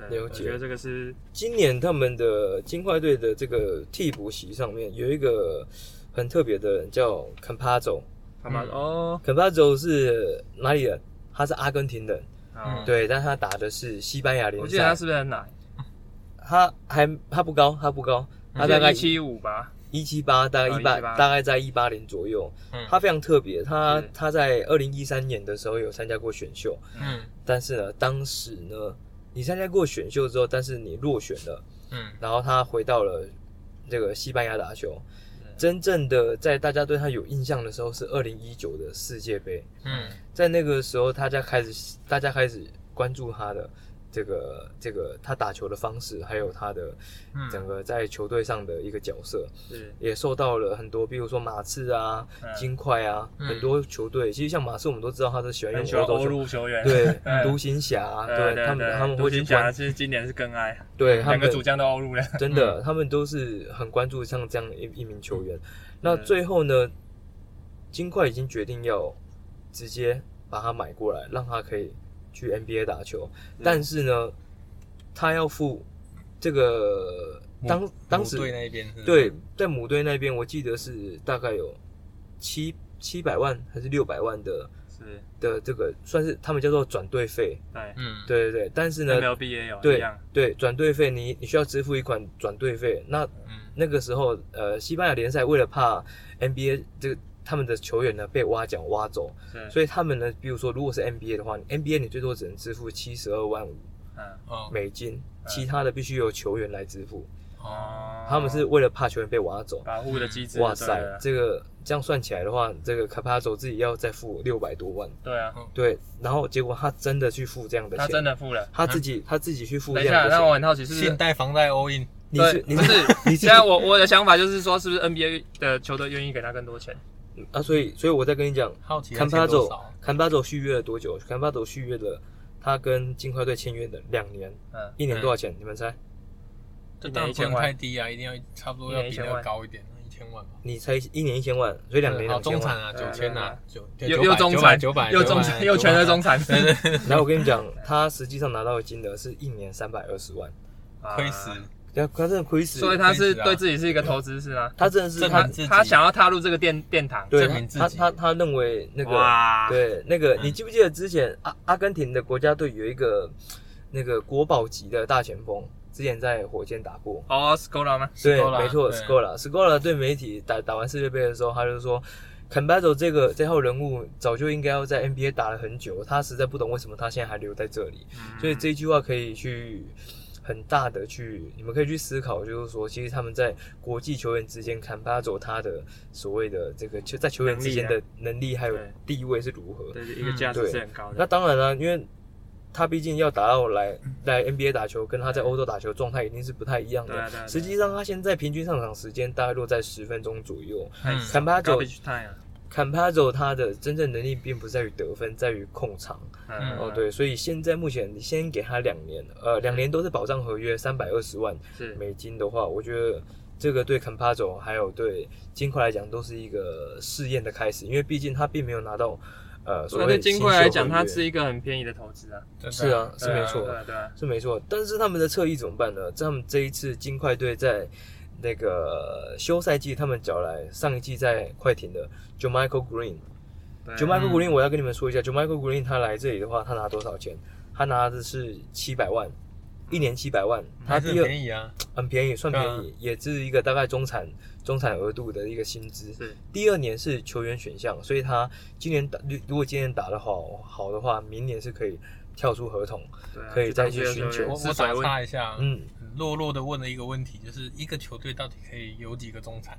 Speaker 3: 对
Speaker 2: 了
Speaker 3: 我
Speaker 2: 解嗯
Speaker 3: 觉得这个是
Speaker 2: 今年他们的金块队的这个替补席上面有一个很特别的人叫 Campazzo。
Speaker 3: 他妈
Speaker 1: 嗯
Speaker 3: 哦，
Speaker 2: Campazzo 是哪里人？他是阿根廷人，
Speaker 1: 嗯
Speaker 3: 哦
Speaker 2: 对，但他打的是西班牙
Speaker 3: 我
Speaker 2: 联
Speaker 3: 记得他
Speaker 2: 赛。
Speaker 3: 是不是很矮？
Speaker 2: 他还他不高，他不高，他
Speaker 3: 他
Speaker 2: 大概
Speaker 3: 大概
Speaker 2: 一
Speaker 3: 七五吧。
Speaker 2: 一七八，大概
Speaker 3: 哦
Speaker 2: 一八，
Speaker 3: 178
Speaker 2: 大概在一八零左右。
Speaker 1: 嗯
Speaker 2: 他非常特别，他
Speaker 3: 是
Speaker 2: 他在二零一三年的时候有参加过选秀，
Speaker 1: 嗯
Speaker 2: 但是呢，当时呢，你参加过选秀之后，但是你落选了，
Speaker 1: 嗯
Speaker 2: 然后他回到了这个西班牙打球。
Speaker 3: 对
Speaker 2: 真正的在大家对他有印象的时候是二零一九的世界杯，
Speaker 1: 嗯
Speaker 2: 在那个时候大家开始大家开始关注他的，这个这个他打球的方式，还有他的
Speaker 3: 嗯，
Speaker 2: 整个在球队上的一个角色，
Speaker 3: 是
Speaker 2: 也受到了很多，比如说马刺啊、
Speaker 3: 嗯
Speaker 2: 金块啊，
Speaker 3: 嗯
Speaker 2: 很多球队。其实像马刺，我们都知道他是喜欢
Speaker 3: 很喜
Speaker 2: 用
Speaker 3: 欢
Speaker 2: 欧洲
Speaker 3: 欧
Speaker 2: 球，
Speaker 3: 陆球员，
Speaker 2: 对
Speaker 3: 嗯，
Speaker 2: 独行侠啊，
Speaker 3: 对
Speaker 2: 他们他们
Speaker 3: 独
Speaker 2: 会去
Speaker 3: 行侠
Speaker 2: 关，
Speaker 3: 是今年是更爱，
Speaker 2: 对他
Speaker 3: 两个主
Speaker 2: 们
Speaker 3: 将都欧陆 了，
Speaker 2: 真的，
Speaker 1: 嗯
Speaker 2: 他们都是很关注像这样一一名球员。那
Speaker 3: 嗯
Speaker 2: 最后呢，金块已经决定要直接把他买过来，让他可以去 NBA 打球，
Speaker 1: 嗯
Speaker 2: 但是呢，他要付这个
Speaker 1: 母
Speaker 2: 当当时
Speaker 1: 母队那一边是不是
Speaker 2: 对，在母队那边，我记得是大概有七七百万还是六百万的
Speaker 3: 是
Speaker 2: 的这个，算是他们叫做转队费。
Speaker 3: 对
Speaker 1: 嗯，
Speaker 2: 对对对，但是呢，
Speaker 3: ，MLB 也有一
Speaker 2: 对
Speaker 3: 样，
Speaker 2: 对转队费你你需要支付一款转队费。那
Speaker 1: 嗯，
Speaker 2: 那个时候，呃，西班牙联赛为了怕 NBA 这个他们的球员呢被挖角挖走，
Speaker 3: 是，
Speaker 2: 所以他们呢，比如说如果是 NBA 的话，NBA 你最多只能支付七十二万五
Speaker 3: 嗯，
Speaker 1: 哦，
Speaker 2: 美金，其他的必须由球员来支付。
Speaker 1: 哦，
Speaker 2: 他们是为了怕球员被挖走，
Speaker 3: 保护啊的啊机制，
Speaker 2: 哇塞，这个这样算起来的话，这个卡帕佐自己要再付六百多万，
Speaker 3: 对啊，
Speaker 2: 对，然后结果他真的去付这样的
Speaker 3: 他
Speaker 2: 钱，
Speaker 3: 真的付了。
Speaker 2: 他自己、他自己去付
Speaker 3: 等
Speaker 2: 这
Speaker 3: 一下，
Speaker 2: 样的
Speaker 3: 让我
Speaker 2: 钱，
Speaker 3: 很好奇，是不
Speaker 1: 信
Speaker 3: 是？
Speaker 1: 贷房贷 all in，
Speaker 2: 你
Speaker 3: 对
Speaker 2: 是你
Speaker 3: 不是？
Speaker 2: 你自
Speaker 3: 现
Speaker 2: 己
Speaker 3: 在我我的想法就是说，是不是 NBA 的球队愿意给他更多钱？
Speaker 2: 啊，所以所以我在跟你讲，
Speaker 1: 好奇他
Speaker 2: 坎
Speaker 1: 欠
Speaker 2: 帕
Speaker 1: 多
Speaker 2: 佐
Speaker 1: 少？
Speaker 2: 坎帕佐续约了多久？坎帕佐续约了他跟金块队签约的两年，
Speaker 3: 嗯，
Speaker 2: 一年多少钱？你们猜？
Speaker 1: 这
Speaker 3: 一
Speaker 1: 当然
Speaker 3: 年一
Speaker 1: 不
Speaker 3: 千
Speaker 1: 能
Speaker 3: 万
Speaker 1: 太低啊，一定要差不多要
Speaker 3: 一年一
Speaker 1: 比
Speaker 3: 千
Speaker 1: 那个
Speaker 3: 万
Speaker 1: 高一点，一千万吧。
Speaker 2: 你猜一年一千万，所以两年
Speaker 1: 好
Speaker 2: 两千
Speaker 1: 中产
Speaker 2: 万。
Speaker 1: 啊，
Speaker 3: 对
Speaker 1: 九
Speaker 3: 啊
Speaker 1: 千
Speaker 3: 对
Speaker 1: 啊
Speaker 3: 啊，
Speaker 1: 九
Speaker 3: 又又中
Speaker 1: 产，
Speaker 3: 产，
Speaker 1: 九百，
Speaker 3: 又中
Speaker 1: 900
Speaker 3: 产，又全的中，产，
Speaker 2: 然后我跟你讲，他实际上拿到的金额是一年三百二十万，
Speaker 1: 900亏死，
Speaker 2: 对啊，他真的亏死，
Speaker 3: 所以他是对自己是一个投资是吗？
Speaker 2: 他真的是
Speaker 1: 证
Speaker 2: 他
Speaker 1: 明啊自己，
Speaker 3: 他想要踏入这个殿殿堂，
Speaker 2: 对
Speaker 1: 证明自
Speaker 2: 他
Speaker 1: 己
Speaker 2: 他他认为那个
Speaker 3: 哇，
Speaker 2: 对，那个
Speaker 1: 嗯
Speaker 2: 你记不记得之前阿阿根廷的国家队有一个那个国宝级的大前锋，之前在火箭打过。
Speaker 3: 哦 s c o l a 吗？
Speaker 2: 对，
Speaker 1: Scola，
Speaker 2: 没错
Speaker 1: 对
Speaker 2: ，Scola，Scola 对媒体打打完世界杯的时候，他就说 c a m b a z o 这个这号人物早就应该要在 NBA 打了很久，他实在不懂为什么他现在还留在这里。
Speaker 3: 嗯
Speaker 2: 所以这一句话可以去很大的去，你们可以去思考，就是说，其实他们在国际球员之间，坎巴佐他的所谓的这个就在球员之间的能力还有
Speaker 3: 对
Speaker 2: 地位是如何。
Speaker 3: 对一个价值是很高
Speaker 2: 那
Speaker 3: 的，
Speaker 2: 嗯当然了、因为他毕竟要打到来来 NBA 打球，跟他在
Speaker 3: 嗯对
Speaker 2: 欧洲打球状态一定是不太一样
Speaker 3: 对啊
Speaker 2: 的。
Speaker 3: 对啊，
Speaker 2: 实际上，他现在平均上场时间大概落在十分钟左右。
Speaker 1: 嗯
Speaker 2: 坎巴佐
Speaker 3: garbage time，啊
Speaker 2: 坎巴佐他的真正能力并不在于得分，在于控场。
Speaker 3: 嗯
Speaker 2: 哦，，对，所以现在目前你先给他两年，呃，两年都是保障合约，三百二十万
Speaker 3: 是
Speaker 2: 美金的话，我觉得这个对 c a m p a z o 还有对金块来讲都是一个试验的开始，因为毕竟他并没有拿到呃所
Speaker 3: 所以
Speaker 2: 谓
Speaker 3: 对
Speaker 2: 的
Speaker 3: 金
Speaker 2: 新
Speaker 3: 贵
Speaker 2: 秀
Speaker 3: 来
Speaker 2: 合
Speaker 3: 讲，
Speaker 2: 约
Speaker 3: 它是一个很便宜的投资啊，
Speaker 1: 真的
Speaker 2: 是啊是
Speaker 3: 对啊
Speaker 2: 没错
Speaker 3: 对啊对啊，
Speaker 2: 是没错，但是他们的侧翼怎么办呢？这他们这一次金块队在那个休赛季，他们找来上一季在快艇的 j o m i c h a e Green，
Speaker 3: 对啊
Speaker 2: j o m i c h a e
Speaker 1: 嗯
Speaker 2: Green，我要跟你们说一下 j o m i c h a e Green 他来这里的话，他拿多少钱？他拿的是七百万，一年七百万，他
Speaker 1: 还是
Speaker 2: 第
Speaker 1: 很
Speaker 2: 二
Speaker 1: 便宜嗯啊，
Speaker 2: 很便宜，算便
Speaker 1: 对
Speaker 2: 宜，也是一个大概中产中产额度的一个薪资。
Speaker 3: 是
Speaker 2: 第二年是球员选项，所以他今年打，如如果今年打得好好的话，明年是可以跳出合同。
Speaker 3: 对啊
Speaker 2: 可以再去
Speaker 3: 就当
Speaker 2: 寻
Speaker 3: 这
Speaker 2: 求
Speaker 3: 个
Speaker 1: 我
Speaker 3: 是
Speaker 1: 我
Speaker 3: 水
Speaker 1: 打
Speaker 3: 温
Speaker 1: 岔一下，啊
Speaker 2: 嗯，
Speaker 1: 很落落的问了一个问题，就是一个球队到底可以有几个中产？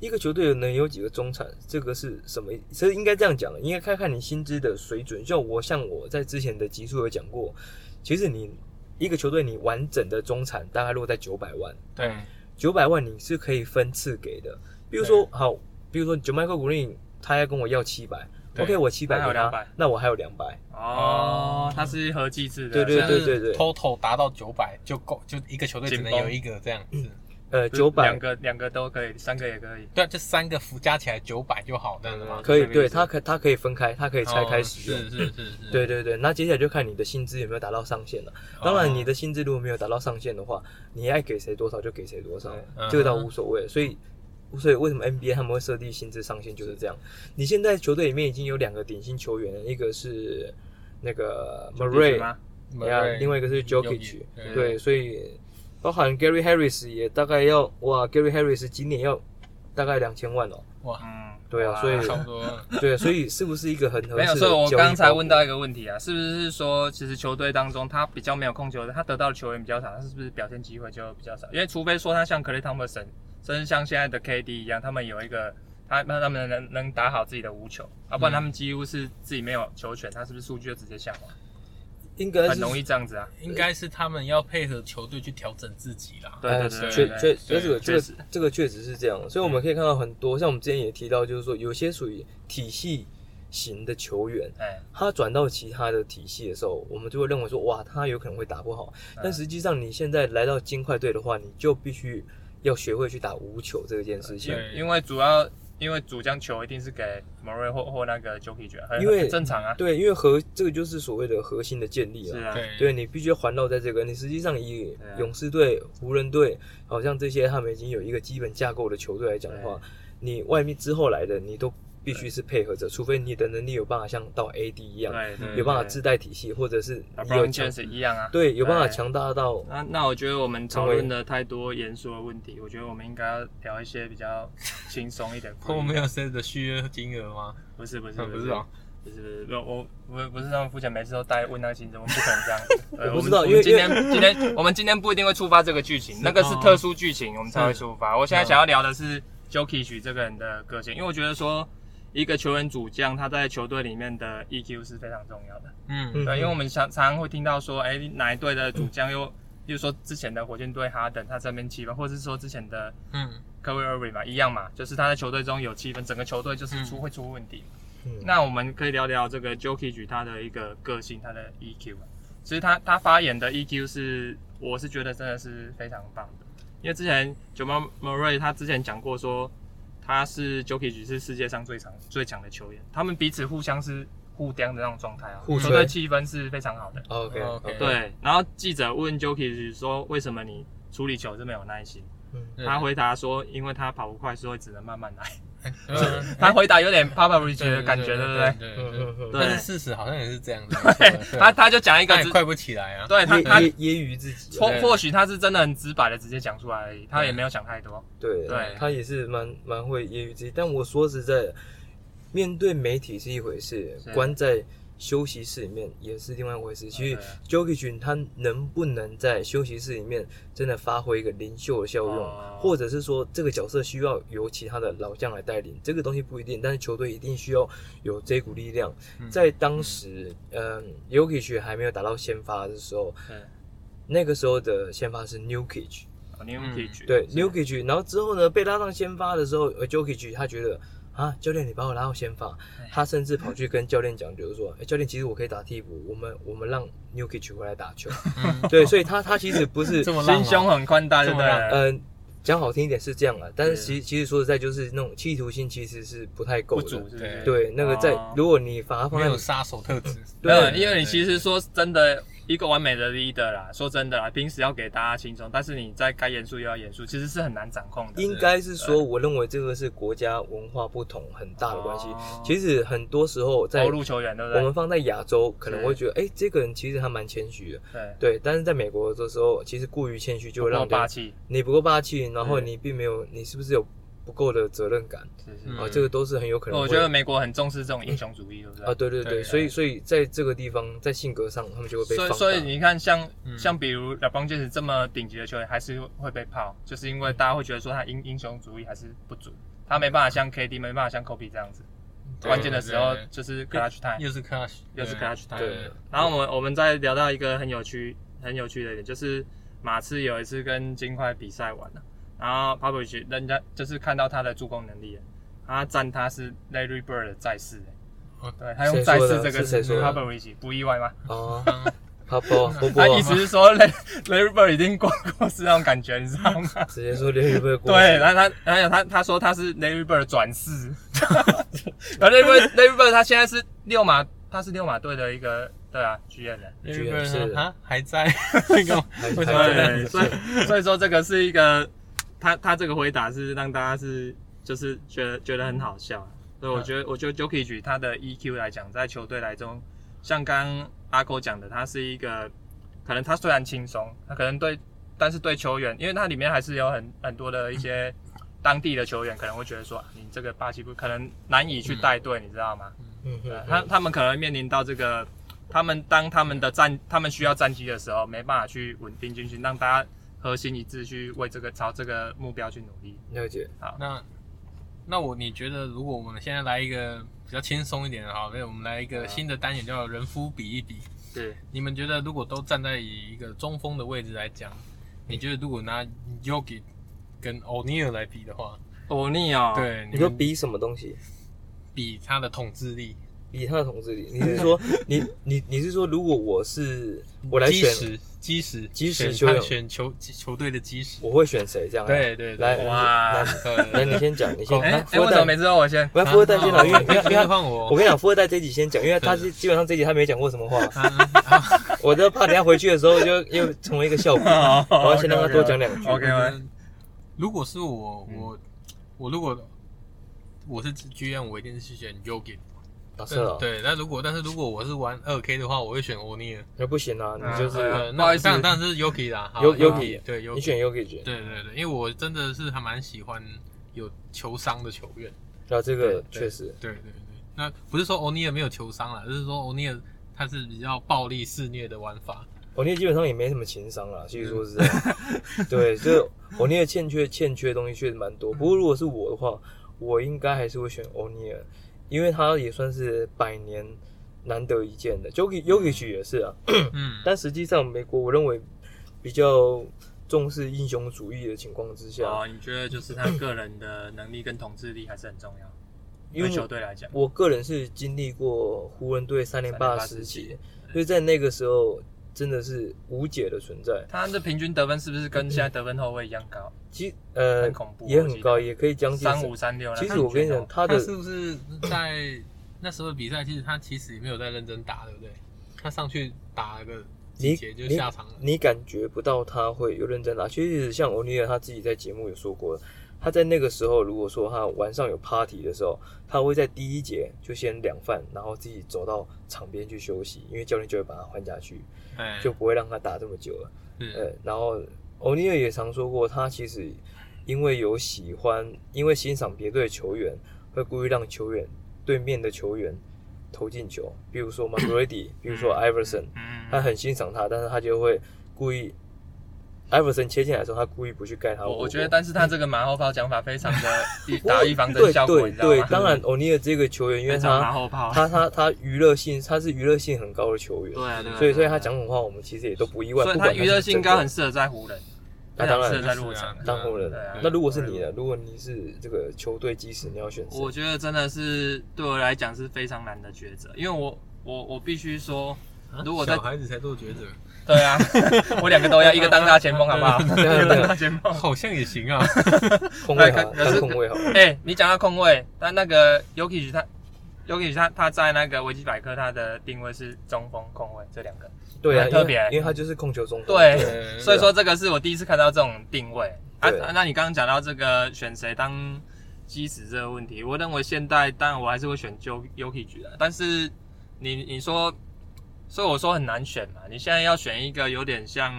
Speaker 2: 一个球队能有几个中产，这个是什么意？其实应该这样讲，应该看看你薪资的水准。像我，像我在之前的集数有讲过，其实你一个球队你完整的中产大概落在九百万，
Speaker 1: 对，
Speaker 2: 九百万你是可以分次给的。比如说，好，比如说九麦克古林他要跟我要七百
Speaker 1: 对
Speaker 2: ，OK，我七百
Speaker 3: 他还有
Speaker 2: 给他
Speaker 3: 200，
Speaker 2: 那我还有两百，
Speaker 3: 哦，它是合计制
Speaker 2: 对
Speaker 3: 的，
Speaker 2: 对
Speaker 3: 所以
Speaker 2: 对对对
Speaker 1: total 达到九百就够，就一个球队只能
Speaker 3: 紧绷
Speaker 1: 有一个这样子。
Speaker 2: 呃，
Speaker 3: 就是
Speaker 2: 九百
Speaker 3: 两个两个都可以，三个也可以，
Speaker 1: 对啊，这三个服加起来九百就好，这样子吗？
Speaker 2: 可以，
Speaker 3: 这个意
Speaker 2: 对
Speaker 3: 思
Speaker 2: 他可他可以分开，他可以拆嗯开
Speaker 1: 哦
Speaker 2: 使用。
Speaker 1: 是是是是，
Speaker 2: 对对对，那接下来就看你的薪资有没有达到上限了。
Speaker 3: 哦
Speaker 2: 当然，你的薪资如果没有达到上限的话，你爱给谁多少就给谁多少
Speaker 3: 对，
Speaker 1: 嗯
Speaker 2: 这个倒无所谓。所以，所以为什么 NBA 他们会设定薪资上限就是这样？你现在球队里面已经有两个顶薪球员，一个是那个 Murray，
Speaker 3: 吗？
Speaker 2: 呀，
Speaker 1: Murray
Speaker 2: 另外一个是
Speaker 1: Jokic，
Speaker 2: Jokic，
Speaker 1: 对
Speaker 2: 对，所以包含 Gary Harris 也大概要哇，Gary Harris 今年要大概两千万哦。
Speaker 1: 哇，
Speaker 3: 嗯，
Speaker 2: 对啊
Speaker 3: 哇
Speaker 2: 所以
Speaker 1: 差不多。
Speaker 2: 对，所以是不是一个很合适的
Speaker 3: 没有，所以我
Speaker 2: 交易
Speaker 3: 刚才
Speaker 2: 包裹
Speaker 3: 问到一个问题啊，是不是说其实球队当中他比较没有控球的，他得到的球员比较少，他是不是表现机会就比较少？因为除非说他像 Clay Thompson，甚至像现在的 KD 一样，他们有一个他他们能能
Speaker 2: 嗯
Speaker 3: 打好自己的无球，啊，不然他们几乎是自己没有球权，他是不是数据就直接下滑？
Speaker 2: 应该是
Speaker 3: 很容易这样子啊。
Speaker 1: 应该是他们要配合球队去调整自己啦。
Speaker 3: 对对对，
Speaker 2: 哦确
Speaker 3: 对
Speaker 2: 确
Speaker 3: 对
Speaker 2: 这个这
Speaker 3: 确
Speaker 2: 个
Speaker 3: 实嗯
Speaker 2: 这个确实是这样，所以我们可以看到很多，像我们之前也提到，就是说有些属于体系型的球员，
Speaker 3: 哎，
Speaker 2: 他转到其他的体系的时候，我们就会认为说，哇，他有可能会打不好。但
Speaker 3: 嗯
Speaker 2: 实际上，你现在来到金块队的话，你就必须要学会去打无球这件事情。
Speaker 1: 对
Speaker 3: 因为主要因为主将球一定是给 Murray 或或那个 Jokic，啊很
Speaker 2: 因为
Speaker 3: 很正常啊。
Speaker 2: 对，因为核这个就是所谓的核心的建立
Speaker 3: 是
Speaker 2: 了。
Speaker 3: 啊，
Speaker 1: 对
Speaker 2: 对你必须环绕在这个，你实际上以
Speaker 3: 对啊
Speaker 2: 勇士队、湖人队，好像这些他们已经有一个基本架构的球队来讲的话，你外面之后来的，你都必须是配合着，除非你的能力有办法像到 AD 一样，
Speaker 3: 对对，
Speaker 2: 啊有办法
Speaker 3: 对
Speaker 2: 自带体系，或者是
Speaker 3: 啊
Speaker 2: 你有
Speaker 3: Brown
Speaker 2: 强
Speaker 3: James 一样啊。
Speaker 2: 对有办法
Speaker 3: 对
Speaker 2: 强大到
Speaker 3: 那啊那我觉得我们讨
Speaker 2: 成为
Speaker 3: 论的太多严肃的问题，我觉得我们应该要聊一些比较轻松一 点。
Speaker 1: 可我们有 C 的续约金额吗？
Speaker 3: 不是不是
Speaker 1: 啊不是啊，
Speaker 3: 不是不是不是我我不是让付钱，每次都带问那个行程，我们不可能 这样子。对
Speaker 2: 我不知道
Speaker 3: 们
Speaker 2: 因为
Speaker 3: 们今天今天我们今天不一定会触发这个剧情，那个是特殊剧情，我们才会触发。我现在想要聊的是 Jokic 这个人的个性，因为我觉得说一个球员主将他在球队里面的 EQ 是非常重要的。
Speaker 1: 嗯，
Speaker 3: 对，因为我们常常常会听到说，哎，哪一队的主将又，例如说之前的火箭队哈登他这边七分，或者是说之前的
Speaker 1: 嗯，
Speaker 3: 科威尔瑞嘛，一样嘛，就是他在球队中有七分，整个球队就是出、会出问题嘛。
Speaker 2: 嗯
Speaker 3: 那我们可以聊聊这个 Jokic 他的一个个性，他的 EQ 啊。其实他他发言的 EQ 是，我是觉得真的是非常棒的，因为之前 Jamal Murray 他之前讲过说，他是 Jokic 是世界上最强最强的球员，他们彼此互相是互刁的那种状态啊，
Speaker 2: 互
Speaker 3: 球
Speaker 2: 吹
Speaker 3: 队气氛是非常好的。
Speaker 2: 哦 OK
Speaker 1: OK
Speaker 3: 对，然后记者问 Jokic 说，为什么你处理球这么有耐心？
Speaker 2: 嗯
Speaker 1: 对
Speaker 3: 他回答说，因为他跑不快，所以只能慢慢来。
Speaker 1: 嗯
Speaker 3: 他回答有点 Papa Rich
Speaker 1: 对
Speaker 3: 的感 觉，对不对
Speaker 1: 对？？对对对
Speaker 2: 嗯
Speaker 1: 但
Speaker 3: 对
Speaker 1: 是事实好像也是这样子，
Speaker 3: 对，他他就讲一个
Speaker 1: 他也
Speaker 3: 直，
Speaker 1: 快不起来啊。
Speaker 3: 对他
Speaker 2: 揶
Speaker 3: 他
Speaker 2: 揶揶揄自己啊，
Speaker 3: 或或许他是真的很直白的直接讲出来而已，他也没有想太多。
Speaker 2: 对
Speaker 3: 对
Speaker 2: 他也是蛮蛮会揶揄自己。但我说实在的，面对媒体是一回事
Speaker 3: 是，
Speaker 2: 关在休息室里面也是另外一回事。其实
Speaker 3: 啊
Speaker 2: ，Jokic、他能不能在休息室里面真的发挥一个领袖的效用，
Speaker 3: 哦
Speaker 2: 或者是说这个角色需要由其他的老将来带领，这个东西不一定，但是球队一定需要有这股力量。
Speaker 1: 嗯
Speaker 2: 在当时，嗯，Jokic 还没有打到先发的时候，
Speaker 3: 对
Speaker 2: 那个时候的先发是 Newkic。
Speaker 3: 哦你有没有可以举
Speaker 2: 对
Speaker 3: 是
Speaker 2: n e w k i c 然后之后呢，被拉上先发的时候 j o k i c 他觉得啊，教练你把我拉到先发，他甚至跑去跟教练讲，就是说，哎，教练其实我可以打替补，我们我们让 n e w k i c 回来打球，
Speaker 1: 嗯
Speaker 2: 对，所以他他其实不是
Speaker 1: 这，么浪
Speaker 3: 心
Speaker 1: 啊
Speaker 3: 胸很宽大，对不对
Speaker 1: 这么浪
Speaker 3: 了？
Speaker 2: 嗯、讲好听一点是这样啊，但是
Speaker 3: 是
Speaker 2: 其其实说实在就是那种企图心其实是不太够
Speaker 3: 不足
Speaker 2: 的，
Speaker 3: 是不是？
Speaker 2: 对，那个在、
Speaker 3: 哦
Speaker 2: 如果你把它放
Speaker 1: 没有
Speaker 2: 在
Speaker 1: 杀手特质。
Speaker 3: 没有，
Speaker 2: 对
Speaker 3: 因为你其实说真的，一个完美的 leader 啦，说真的啦，平时要给大家轻松，但是你在该严肃又要严肃，其实是很难掌控的。
Speaker 2: 应该是说，我认为这个是国家文化不同很大的关系。
Speaker 3: 哦
Speaker 2: 其实很多时候在
Speaker 3: 投入球员，对嗯不
Speaker 2: 我们
Speaker 3: 对？
Speaker 2: 放在亚洲，可能
Speaker 3: 是
Speaker 2: 会觉得，哎、这个人其实还蛮谦虚的。
Speaker 3: 对，
Speaker 2: 对，但是在美国的时候，其实过于谦虚就
Speaker 3: 不
Speaker 2: 会
Speaker 3: 够
Speaker 2: 让
Speaker 3: 霸
Speaker 2: 人
Speaker 3: 气，嗯
Speaker 2: 你不够霸气，然后
Speaker 3: 对
Speaker 2: 你并没有，你是不是有不够的责任感
Speaker 3: 是是
Speaker 1: 嗯
Speaker 2: 啊？这个都是很有可能会。
Speaker 3: 我觉得美国很重视这种英雄主义，对不对？
Speaker 2: 啊，对对对，
Speaker 1: 对
Speaker 2: 所以所以在这个地方，在性格上，他们就会被放
Speaker 3: 所以
Speaker 2: 大。
Speaker 3: 所以你看像，像、
Speaker 1: 嗯
Speaker 3: 比如 LeBron James 这么顶级的球员，还是会被泡，就是
Speaker 2: 嗯
Speaker 3: 因为大家会觉得说他英英雄主义还是不足，他没办法
Speaker 2: 嗯
Speaker 3: 像 KD，没办法像 Kobe 这样子，
Speaker 1: 对
Speaker 3: 关键的时候
Speaker 1: 对对
Speaker 3: 就是 clutch time。
Speaker 1: 又是 crush，
Speaker 3: 又是 clutch time
Speaker 2: 对，
Speaker 3: 然后我们我们再聊到一个很有趣很有趣的一点，就是马刺有一次跟金块比赛完了，然后 p o p o v i c 人家就是看到他的助攻能力了，他赞他是 Larry Bird 的再世、
Speaker 1: 哦
Speaker 3: 对他用
Speaker 2: 谁
Speaker 3: 再
Speaker 2: 说
Speaker 3: 世
Speaker 2: 的
Speaker 3: 这
Speaker 2: 是
Speaker 3: 个
Speaker 2: 谁
Speaker 3: 词 p
Speaker 2: 说的
Speaker 3: o p o v i c 不意外吗？
Speaker 2: 啊，
Speaker 1: 嗯
Speaker 2: 他波波波
Speaker 3: 他
Speaker 2: 啊
Speaker 3: 意思是说雷雷 r 已经过过世那种感觉，你知道吗？
Speaker 2: 直接说连续被过。
Speaker 3: 对，然后他，然后他他说他是 Larry Bird 的转世， 然后 Larry Bird Larry Bird 他现在是六马，他是六马队的一个对啊 GM 的，
Speaker 1: 日本
Speaker 2: 居然是
Speaker 1: 人啊还在， 为什么
Speaker 2: 还
Speaker 1: 为什么
Speaker 2: 还
Speaker 1: 要这样
Speaker 3: 对，
Speaker 1: 子？
Speaker 2: 嗯
Speaker 3: 所以所以说这个是一个他他这个回答是让大家是就是觉得觉得很好笑，啊所以我觉得、我觉得 Jokic 他的 EQ 来讲，在球队来中，像刚刚阿狗讲的，他是一个可能他虽然轻松，他可能对，但是对球员，因为他里面还是有很很多的一些当地的球员可能会觉得说，啊你这个霸气不可能难以去带队，你知道吗？
Speaker 2: 嗯
Speaker 3: 对
Speaker 2: 哼，
Speaker 3: 啊他他们可能会面临到这个，他们当他们的战，他们需要战机的时候，没办法去稳定军心，让大家核心一致去为这个朝这个目标去努力。
Speaker 2: 了解。
Speaker 1: 那那我你觉得，如果
Speaker 3: 啊
Speaker 1: 我们现在来一个比较轻松一点的，好，那我们来一个新的单元叫“人夫比一比”。
Speaker 3: 对，
Speaker 1: 你们觉得如果都站在以一个中锋的位置来讲，你觉得如果拿 Yogi 跟 O'Neal 来比的话，
Speaker 3: 欧尼哦，，
Speaker 1: 对，
Speaker 2: 你
Speaker 1: 你
Speaker 2: 说
Speaker 1: 们
Speaker 2: 比什么东西？
Speaker 1: 比他的统治力，
Speaker 2: 比他的统治力？你是说 你你你是说，如果我是我来
Speaker 1: 基
Speaker 2: 选，
Speaker 1: 石，基石，
Speaker 2: 基石
Speaker 1: 选他
Speaker 2: 球员
Speaker 1: 选球球队的基石。
Speaker 2: 我会选谁？这样啊
Speaker 1: 对对对，
Speaker 2: 来
Speaker 3: 哇，
Speaker 2: 来
Speaker 1: 对，
Speaker 2: 你先讲，你先。
Speaker 1: 哦
Speaker 3: 哎
Speaker 2: 来
Speaker 3: 哎，
Speaker 2: 富
Speaker 3: 为
Speaker 2: 二
Speaker 3: 什么每
Speaker 2: 代，
Speaker 3: 次都我先？
Speaker 2: 我要富二代先来， 因为因为因为
Speaker 1: 不要
Speaker 2: 他
Speaker 1: 放
Speaker 2: 我
Speaker 1: 我。
Speaker 2: 跟你讲，富二代这集先讲，因为他
Speaker 1: 是
Speaker 2: 是基本上这集他没讲过什么话，
Speaker 1: 啊
Speaker 2: 我都怕等一下回去的时候就又成为一个笑
Speaker 3: 哦
Speaker 2: 柄。哦我要先让他多讲两句。
Speaker 3: OK，
Speaker 1: 我觉得
Speaker 3: 吗？
Speaker 1: 嗯如果是我，
Speaker 3: 嗯
Speaker 1: 我我如果我是 GM，我一定是选 Yogi。
Speaker 2: 打色了，
Speaker 1: 对，那如果但是如果我是玩二 K 的话，我会选 Oni。
Speaker 2: 那不行啊，你就是
Speaker 3: 嗯
Speaker 1: 呃，
Speaker 3: 不好
Speaker 1: 那
Speaker 3: 意思
Speaker 1: 当然当然是 Yogi 啦好
Speaker 2: Yo-
Speaker 1: Yogi，
Speaker 2: Yogi
Speaker 1: 对 Yogi，
Speaker 2: 你选
Speaker 1: 对
Speaker 2: Yogi，
Speaker 1: 对对，因为我真的是还蛮喜欢有球商的球员。
Speaker 2: 然后这个
Speaker 1: 对
Speaker 2: 确实，
Speaker 1: 对对对，那不是说欧尼尔没有球商啦，就是说欧尼尔他是比较暴力肆虐的玩法。
Speaker 2: 我念基本上也没什么情商
Speaker 3: 嗯
Speaker 2: 啦，其实说实在， 对，就是我念欠缺欠缺的东西确实蛮多。不过如果是我的话，我应该还是会选欧尼尔，因为他也算是百年难得一见的。Yogi
Speaker 3: 嗯
Speaker 2: Yogi 也是啊，
Speaker 1: 嗯，
Speaker 2: 但实际上美国我认为比较重视英雄主义的情况之下，
Speaker 3: 哦，你觉得就是他个人的能力跟统治力还是很重要，
Speaker 2: 因
Speaker 3: 对
Speaker 2: 为
Speaker 3: 球队来讲，
Speaker 2: 我个人是经历过湖人队三连霸的时
Speaker 3: 3连
Speaker 2: 期，
Speaker 3: 对
Speaker 2: 所以在那个时候真的是无解的存在。
Speaker 3: 他的平均得分是不是跟现在得分后卫一样高？
Speaker 2: 其实呃
Speaker 3: 很恐怖
Speaker 2: 也
Speaker 3: 我记
Speaker 2: 很
Speaker 3: 得
Speaker 2: 高，也可以将近
Speaker 3: 三五。三六。
Speaker 2: 嗯其实我跟你讲，，他
Speaker 1: 他
Speaker 2: 的
Speaker 1: 是不是在那时候的比赛，其实他其实也没有在认真打，对不对？他上去打了个
Speaker 2: 你
Speaker 1: 几节就
Speaker 2: 你
Speaker 1: 下场了。
Speaker 2: 你感觉不到他会有认真打。其实像欧尼尔他自己在节目有说过，他在那个时候如果说他晚上有 party 的时候，他会在第一节就先两饭，然后自己走到场边去休息，因为教练就会把他换下去，
Speaker 3: 哦
Speaker 1: 哎，
Speaker 3: 嗯
Speaker 2: 就不会让他打这么久了。
Speaker 1: 是
Speaker 2: 呃，然后欧尼尔也常说过，他其实因为有喜欢，因为欣赏别队的球员，会故意让球员对面的球员投进球，比如说 m c g r a d y 比如说 Iverson，
Speaker 3: 嗯，
Speaker 2: 他很欣赏他，但是他就会故意，Iverson 切进来的时候，他故意不去盖他
Speaker 3: 我
Speaker 2: 窝
Speaker 3: 我觉得，但是他这个马后炮讲法非常 的一打预防针
Speaker 2: 对
Speaker 3: 效果，
Speaker 2: 对
Speaker 3: 你知道
Speaker 2: 对
Speaker 3: 吗，？
Speaker 2: 当然欧尼尔这个球员，因为
Speaker 3: 非常马
Speaker 2: 他
Speaker 3: 后炮，
Speaker 2: 他他他娱乐性，他是娱乐性很高的球员，
Speaker 3: 对啊对啊，
Speaker 2: 所以所以
Speaker 3: 对啊
Speaker 2: 他讲，什么话，我们其实也都不意外。
Speaker 3: 对啊所以
Speaker 2: 不
Speaker 3: 他
Speaker 2: 管
Speaker 3: 娱乐性应该
Speaker 2: 高
Speaker 3: 很，适合在湖人，
Speaker 2: 那
Speaker 3: 非
Speaker 2: 啊当
Speaker 3: 常
Speaker 2: 然
Speaker 3: 适合在落场。
Speaker 2: 当红人
Speaker 3: 对啊。
Speaker 2: 那如果是你呢？如果你是这个球队基石，你要选谁？
Speaker 3: 我觉得真的是对我来讲是非常难的抉择，因为我我我必 须说，
Speaker 1: 啊
Speaker 3: 如果在
Speaker 1: 小孩子才做抉择，
Speaker 3: 对啊， 我两个都要，一个当大前锋好不好？一
Speaker 2: 对啊
Speaker 3: 个
Speaker 2: 对
Speaker 3: 当大前 锋。
Speaker 1: 好像也行 啊。
Speaker 2: 控卫好，
Speaker 3: 可可是
Speaker 2: 当控卫好。
Speaker 3: 哎、你讲到控卫，但那个 Yuki 他 Yuki 他他在那个维基百科他的定位是中锋控卫这两个，
Speaker 2: 对啊，
Speaker 3: 很
Speaker 2: 因为
Speaker 3: 特别
Speaker 2: 因为他就是控球中锋。
Speaker 3: 对
Speaker 1: 对
Speaker 3: 所以说这个是我第一次看到这种定位啊
Speaker 2: 对。
Speaker 3: 那你刚刚讲到这个选谁当基石这个问题，我认为现在当然我还是会选 Jo Yuki 局的，但是你你说，所以我说很难选嘛。你现在要选一个有点像，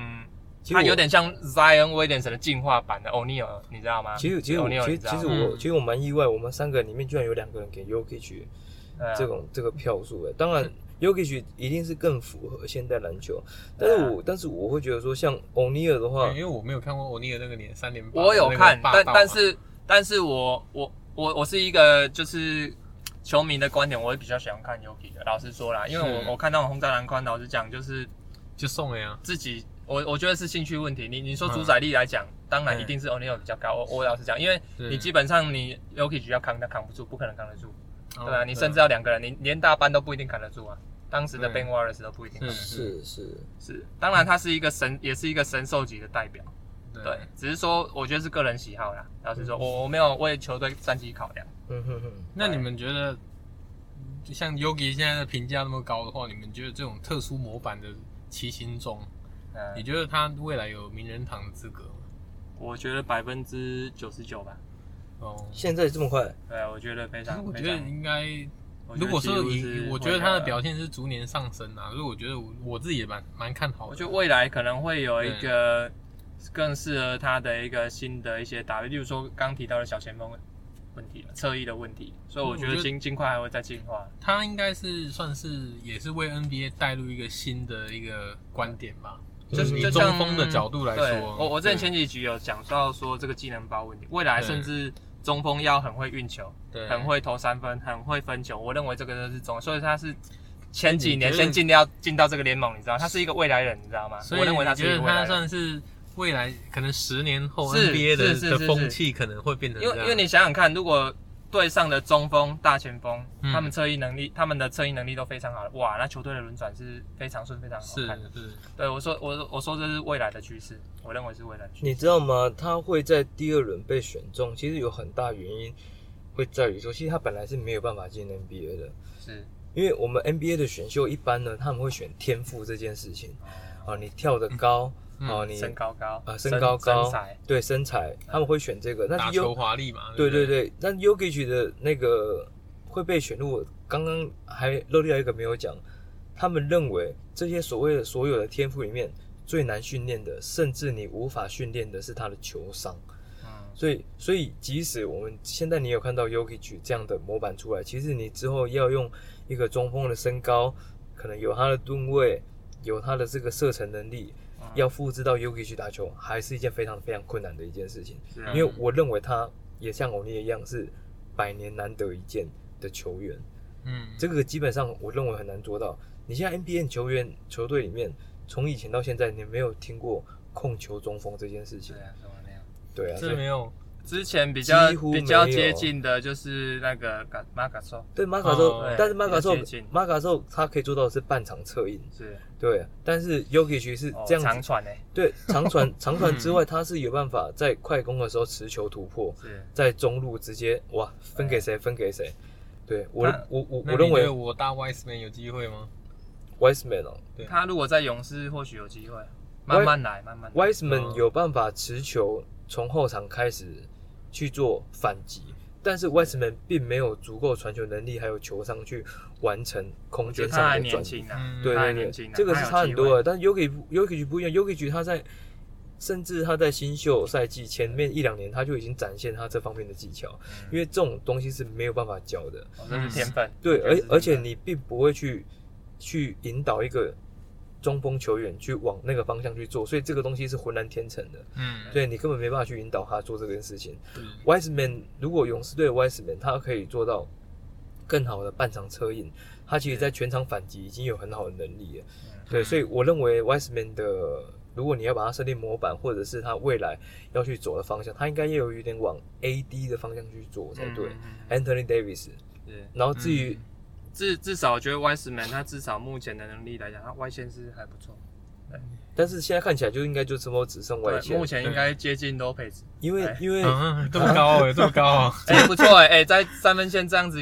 Speaker 2: 其实
Speaker 3: 他
Speaker 2: 我
Speaker 3: 有，点像 Zion Williamson 的进化版的 O'Neal，你知道吗？
Speaker 2: 其实其实我
Speaker 3: O'Neal，
Speaker 2: 其
Speaker 3: 你
Speaker 2: 实
Speaker 3: 知道
Speaker 2: 其
Speaker 3: 吗
Speaker 2: 实
Speaker 1: 嗯
Speaker 2: 我其实我蛮意外，我们三个里面居然有两个人给 Yokic
Speaker 3: 对啊
Speaker 2: 这种这个票数哎。当然，Yokic 一定是更符合现代篮球，但是我但是我会觉得说，像 O'Neal 的话
Speaker 1: 因，为我没有看过欧尼尔那个年三连霸，
Speaker 3: 我有看，
Speaker 1: 那个霸
Speaker 3: 但
Speaker 1: 道嘛啊
Speaker 3: 但是但是我我我我是一个就是球迷的观点，我会比较喜欢看 Yuki 的。老实说啦，因为
Speaker 1: 是
Speaker 3: 我我看那种轰炸篮筐，老实讲就是
Speaker 1: 就送了呀。
Speaker 3: 自己，我我觉得是兴趣问题。你你说主宰力来讲，当然一定是 O'Neal 比较高。我我老实讲，因为
Speaker 1: 对
Speaker 3: 你基本上你 Yuki 要扛，他扛不住，不可能扛得住，
Speaker 1: 哦
Speaker 3: 对啊，你甚至要两个人，你连大班都不一定扛得住啊。当时的
Speaker 1: 对
Speaker 3: Ben Wallace 都不一定扛得住
Speaker 1: 是
Speaker 2: 是是，
Speaker 3: 是，当然他是一个神，也是一个神兽级的代表。对
Speaker 1: 对，
Speaker 3: 只是说我觉得是个人喜好啦。老
Speaker 1: 嗯
Speaker 3: 实说，我我没有为球队战绩考量。
Speaker 2: 嗯哼哼。
Speaker 1: 那你们觉得，就像 Yogi 现在的评价那么高的话，你们觉得这种特殊模板的骑行中，你
Speaker 3: 嗯，
Speaker 1: 觉得他未来有名人堂的资格吗？
Speaker 3: 我觉得百分之九十九吧。
Speaker 1: 哦，
Speaker 2: 现在这么快，
Speaker 3: 对，啊我觉得非
Speaker 1: 其实
Speaker 3: 常
Speaker 1: 我
Speaker 3: 非
Speaker 1: 觉得
Speaker 3: 常。
Speaker 1: 应该，
Speaker 3: 我觉得
Speaker 1: 如果
Speaker 3: 几乎
Speaker 1: 说
Speaker 3: 是啊
Speaker 1: 以，我觉得他的表
Speaker 3: 现，
Speaker 1: 现是逐年上升啊，所以我觉得我我自己也蛮蛮看好的。
Speaker 3: 我觉得未来可能会有一个更适合他的一个新的一些打例，例如说刚提到的小前锋问题、侧翼的问题，所以我
Speaker 1: 嗯
Speaker 3: 觉
Speaker 1: 我
Speaker 3: 得
Speaker 1: 觉得
Speaker 3: 尽尽快还会再进化。
Speaker 1: 他应该是算是也是为 NBA 带入一个新的一个观点吧，
Speaker 2: 嗯
Speaker 1: 就是以
Speaker 3: 就像
Speaker 1: 中锋的角度来
Speaker 3: 对，
Speaker 1: 说，
Speaker 3: 我我之前
Speaker 1: 对
Speaker 3: 前几局有讲到说这个技能包问题，未来
Speaker 1: 对
Speaker 3: 甚至中锋要很会运球。
Speaker 1: 对
Speaker 3: 很会投三分，很会分球，我认为这个就是中，所以他是前几年
Speaker 2: 你觉得
Speaker 3: 先进到进到这个联盟，你知道，他是一个未来人，你知道吗？
Speaker 1: 所以
Speaker 3: 啊我认为他
Speaker 1: 你
Speaker 3: 是一
Speaker 1: 觉
Speaker 3: 个
Speaker 1: 得
Speaker 3: 未来
Speaker 1: 他
Speaker 3: 人。
Speaker 1: 算是未来可能十年后
Speaker 3: 是
Speaker 1: NBA 的
Speaker 3: 是是
Speaker 1: 的
Speaker 3: 是
Speaker 1: 风气可能会变成
Speaker 3: 因为
Speaker 1: 这
Speaker 3: 因
Speaker 1: 样
Speaker 3: 为你想想看，如果对上的中锋、大前锋，
Speaker 1: 嗯
Speaker 3: 他们侧翼能力、他们的侧翼能力都非常好，哇，那球队的轮转是非常顺、非常好
Speaker 1: 是
Speaker 3: 看的。
Speaker 1: 是
Speaker 3: 对我说，我我说这是未来的趋势，我认为是未来的趋势。
Speaker 2: 你知道吗？他会在第二轮被选中，其实有很大原因会在于说，其实他本来是没有办法进 NBA 的，
Speaker 3: 是，
Speaker 2: 因为我们 NBA 的选秀一般呢，他们会选天赋这件事情
Speaker 3: 嗯
Speaker 2: 啊，你跳得高，
Speaker 1: 嗯
Speaker 2: 啊，你
Speaker 3: 身高呃高
Speaker 2: 啊身高高
Speaker 3: 身材
Speaker 2: 对身材，他们会选这个。但
Speaker 1: 打
Speaker 2: 是
Speaker 1: 球
Speaker 2: 优
Speaker 1: 华丽嘛，
Speaker 2: 对
Speaker 1: 不
Speaker 2: 对
Speaker 1: 对
Speaker 2: 对，但 y o g i c 的那个会被选入，刚刚还漏掉一个没有讲，他们认为这些所谓的所有的天赋里面最难训练的，甚至你无法训练的是他的球商。
Speaker 3: 嗯，
Speaker 2: 所以，所以即使我们现在你有看到 Yokic 这样的模板出来，其实你之后要用一个中锋的身高，可能有他的吨位，有他的这个射程能力，
Speaker 3: 嗯
Speaker 2: 要复制到 Yokic 打球，还是一件非常非常困难的一件事情。
Speaker 3: 是
Speaker 1: 嗯
Speaker 2: 因为我认为他也像欧尼一样，是百年难得一见的球员。
Speaker 1: 嗯，
Speaker 2: 这个基本上我认为很难做到。你现在 NBA 球员球队里面，从以前到现在，你没有听过控球中锋这件事情
Speaker 3: 是。啊，是我那样。
Speaker 2: 对啊，所
Speaker 1: 这
Speaker 2: 以
Speaker 1: 没有
Speaker 3: 之前比较
Speaker 2: 几乎没有
Speaker 3: 比较接近的就是那个嘎马卡索，
Speaker 2: 对马卡兽
Speaker 1: 哦，
Speaker 2: 但是马卡兽
Speaker 3: 比较接近
Speaker 2: 马卡兽他可以做到的是半场策应，
Speaker 3: 是
Speaker 2: 对。啊但是 Yokic 是
Speaker 3: 哦
Speaker 2: 这样
Speaker 3: 长
Speaker 2: 子，
Speaker 3: 传呢，
Speaker 2: 对长传长传之外，他是有办法在快攻的时候持球突破，
Speaker 3: 是
Speaker 2: 在中路直接哇分给谁分给谁。对我
Speaker 3: 那
Speaker 2: 我我
Speaker 1: 那
Speaker 2: 我
Speaker 1: 你
Speaker 2: 认为
Speaker 1: 觉得我大 Wiseman 有机会吗？
Speaker 2: Wiseman 哦
Speaker 1: 对
Speaker 3: 他如果在勇士或许有机会，慢慢来，慢慢来。
Speaker 2: ，Wiseman
Speaker 1: 嗯
Speaker 2: 有办法持球从后场开始去做反击，但是 Wiseman 并没有足够传球能力，还有球商去完成空
Speaker 3: 我觉
Speaker 2: 间
Speaker 3: 得他
Speaker 2: 上
Speaker 3: 还
Speaker 2: 的转
Speaker 3: 年
Speaker 2: 移。
Speaker 3: 轻啊
Speaker 1: 嗯，
Speaker 2: 对
Speaker 3: 他还
Speaker 2: 对
Speaker 3: 年
Speaker 2: 对
Speaker 3: 轻，啊，
Speaker 2: 这个是差很多
Speaker 3: 他有
Speaker 2: 的。但 Yuki Yuki 不一样，Yuki 他在甚至他在新秀赛季前面一两年，他就已经展现他这方面的技巧，
Speaker 3: 机
Speaker 2: 因
Speaker 3: 会，
Speaker 2: 为这种东西是没有办法教的。
Speaker 3: 嗯哦这是天分。
Speaker 2: 对，
Speaker 3: 这是
Speaker 2: 而
Speaker 3: 天分
Speaker 2: 而且你并不会去去引导一个中锋球员去往那个方向去做，所以这个东西是浑然天成的。
Speaker 1: 嗯，
Speaker 2: 对你根本没办法去引导他做这件事情。
Speaker 1: 是
Speaker 2: Wiseman 如果勇士队的 Wiseman 他可以做到更好的半场策应，他其实在全场反击已经有很好的能力了。
Speaker 3: 嗯
Speaker 2: 对，所以我认为 Wiseman 的，如果你要把它设定模板，或者是他未来要去走的方向，他应该也有一点往 AD 的方向去做才哦对。哎
Speaker 3: 嗯嗯嗯
Speaker 2: Anthony Davis，
Speaker 3: 是
Speaker 2: 然后至于、
Speaker 3: 至至少我觉得 Wiseman 他至少目前的能力来讲，他外线是还不错，
Speaker 2: 但是现在看起来就应该就差不多只剩外
Speaker 3: 对，
Speaker 2: 线
Speaker 3: 目，前应该接近 Lopez，
Speaker 2: 因为
Speaker 3: 哎
Speaker 2: 因为、
Speaker 1: 嗯，这么高哎，这么高啊！
Speaker 3: 哎、不错哎、哎在三分线这样子，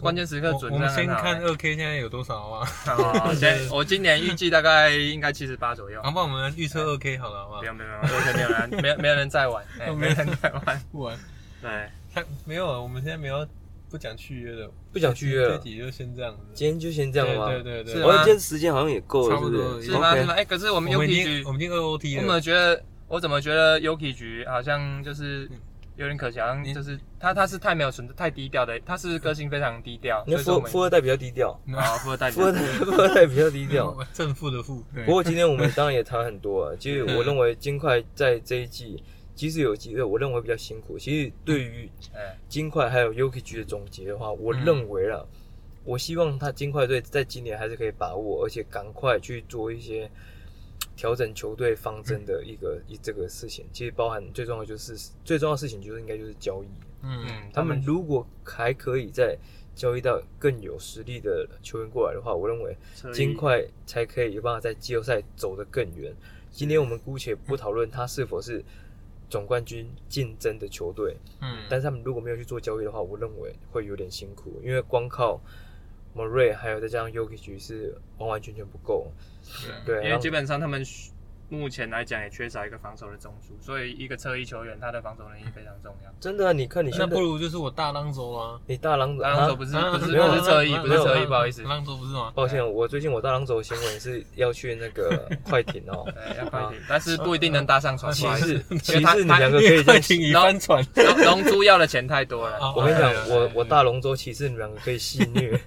Speaker 3: 关键时刻
Speaker 1: 我
Speaker 3: 准
Speaker 1: 我
Speaker 3: 这
Speaker 1: 们
Speaker 3: 样很
Speaker 1: 先
Speaker 3: 好
Speaker 1: 看
Speaker 3: 哎
Speaker 1: 二 K 现在有多少啊？
Speaker 3: 好哦先我今年预计大概应该七十八左右
Speaker 1: 好，。不然我们预测二 K 好了，好不好
Speaker 3: 不？用不用不用，没有人没有没有人在玩，哎、没有人在玩，
Speaker 1: 不玩，
Speaker 3: 对，
Speaker 1: 看没有啊？我们现在没有不讲续约的，
Speaker 2: 不想续约
Speaker 1: 这
Speaker 2: 了，
Speaker 1: 集就先这样子。
Speaker 2: 今天就先这样吧。
Speaker 1: 对对对对啊
Speaker 3: 是
Speaker 2: 我
Speaker 3: 吗
Speaker 2: 今天时间好像也够了，
Speaker 1: 差不
Speaker 2: 是
Speaker 1: 多
Speaker 2: 不是？
Speaker 3: 是
Speaker 2: OK
Speaker 3: 吗是吗？哎、可是我们
Speaker 1: 我
Speaker 3: UK
Speaker 1: 们已
Speaker 3: 局
Speaker 1: 经我，们已经二 OT
Speaker 3: 我
Speaker 1: 了
Speaker 3: 们，觉得我怎么觉得 Yuki 局好像就是有点可惜，好像就是他他是太没有存太低调的，他是个性非常低调，
Speaker 2: 你看
Speaker 3: 所以
Speaker 2: 富
Speaker 3: 说我
Speaker 2: 二
Speaker 3: 们
Speaker 2: 富二代比较 低调，
Speaker 3: 啊富二代比
Speaker 2: 富
Speaker 3: 较
Speaker 2: 二
Speaker 3: 低
Speaker 2: 代
Speaker 3: 调
Speaker 2: 富二代比较低调。
Speaker 1: 正负的负，对
Speaker 2: 不过今天我们当然也谈很多啊，其实 我认为金块在这一季即使有机会，我认为比较辛苦。其实对于
Speaker 3: 哎
Speaker 2: 金块还有 Yuki 的总结的话，我认为啦，我希望他金块队在今年还是可以把握，而且赶快去做一些调整球队方针的一个、一这个事情。其实包含最重要的就是最重要的事情就是应该就是交易，
Speaker 1: 嗯
Speaker 3: 嗯，
Speaker 2: 他们如果还可以再交易到更有实力的球员过来的话，我认为
Speaker 3: 车衣
Speaker 2: 金块啊才可以有办法在季后赛走得更远。今天我们姑且不讨论他是否是总冠军竞争的球队，
Speaker 1: 嗯，
Speaker 2: 但是他们如果没有去做交易的话，我认为会有点辛苦，因为光靠 Murray 还有再加上 Yuki 是完完全全不够。对，
Speaker 3: 因
Speaker 2: 然
Speaker 3: 为
Speaker 2: 后
Speaker 3: 基本上他们需目前来讲也缺少一个防守的中枢，所以一个侧翼球员他的防守能力非常重要。
Speaker 2: 真的啊、你看你
Speaker 1: 那
Speaker 2: 现
Speaker 1: 不
Speaker 2: 在
Speaker 1: 如就是我大浪走啊，
Speaker 2: 你大狼
Speaker 3: 当然说不
Speaker 2: 啊
Speaker 3: 是
Speaker 1: 啊
Speaker 3: 不是
Speaker 1: 没有
Speaker 3: 不是侧翼，
Speaker 1: 啊
Speaker 3: 不是侧
Speaker 1: 没
Speaker 3: 翼，
Speaker 1: 有
Speaker 3: 不好意思，
Speaker 1: 浪走不是吗？
Speaker 2: 抱歉，我最近我大狼走的新闻是要去那 个快艇哦，
Speaker 3: 对，要快一点，但是不一定能搭上船。
Speaker 2: 骑
Speaker 3: 不好意思
Speaker 2: 士
Speaker 3: 因为
Speaker 2: 骑
Speaker 3: 他
Speaker 2: 士你
Speaker 3: 他
Speaker 2: 两个可以这
Speaker 1: 快
Speaker 2: 样
Speaker 1: 艇已
Speaker 3: 然后
Speaker 1: 翻船，
Speaker 3: 龙龙珠要的钱太多了。
Speaker 1: 哦
Speaker 2: 我跟你讲
Speaker 1: 哎，
Speaker 2: 我我大龙舟骑士你们两个可以戏虐，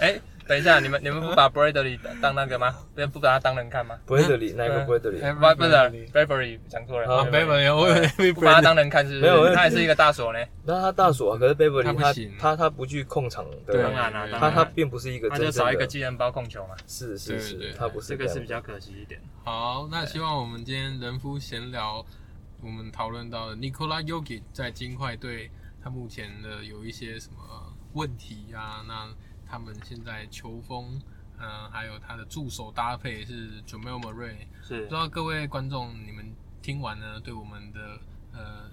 Speaker 3: 哎，等一下，你们你们不把 Bradley 当那个吗？不不把他当人看吗
Speaker 2: Bradley 哪一
Speaker 3: 啊
Speaker 2: 个 Bradley？
Speaker 3: 哎不不是 Bravery 讲错
Speaker 2: 啊
Speaker 3: 了
Speaker 1: 啊，没有没有，我以为
Speaker 3: 不把他当人看是不
Speaker 2: 没有没
Speaker 3: 是？
Speaker 2: 有
Speaker 3: 他也是一个大锁呢，
Speaker 2: 那他大锁啊，可是 Beverly
Speaker 1: 他不
Speaker 2: 他
Speaker 1: 行
Speaker 2: 他他不具控场
Speaker 1: 对
Speaker 3: 啊当
Speaker 2: 的，
Speaker 3: 然啦，
Speaker 1: 对
Speaker 3: 当
Speaker 2: 他
Speaker 3: 然
Speaker 2: 他
Speaker 3: 啦，
Speaker 2: 并不是一个
Speaker 3: 他
Speaker 2: 真正
Speaker 3: 就
Speaker 2: 的，
Speaker 3: 少一个技能包控球嘛，
Speaker 2: 是是
Speaker 1: 对对
Speaker 2: 是
Speaker 1: 对，
Speaker 2: 他不是
Speaker 3: 这个
Speaker 2: 样
Speaker 3: 是比
Speaker 2: 的
Speaker 3: 较可惜一点。
Speaker 1: 好，那希望我们今天人夫闲聊，我们讨论到的 Nikola Jokic 在金块队他目前的有一些什么问题啊？那他们现在球风，嗯、还有他的助手搭配是 Jamal Murray，
Speaker 3: 是
Speaker 1: 不知道各位观众，你们听完呢，对我们的呃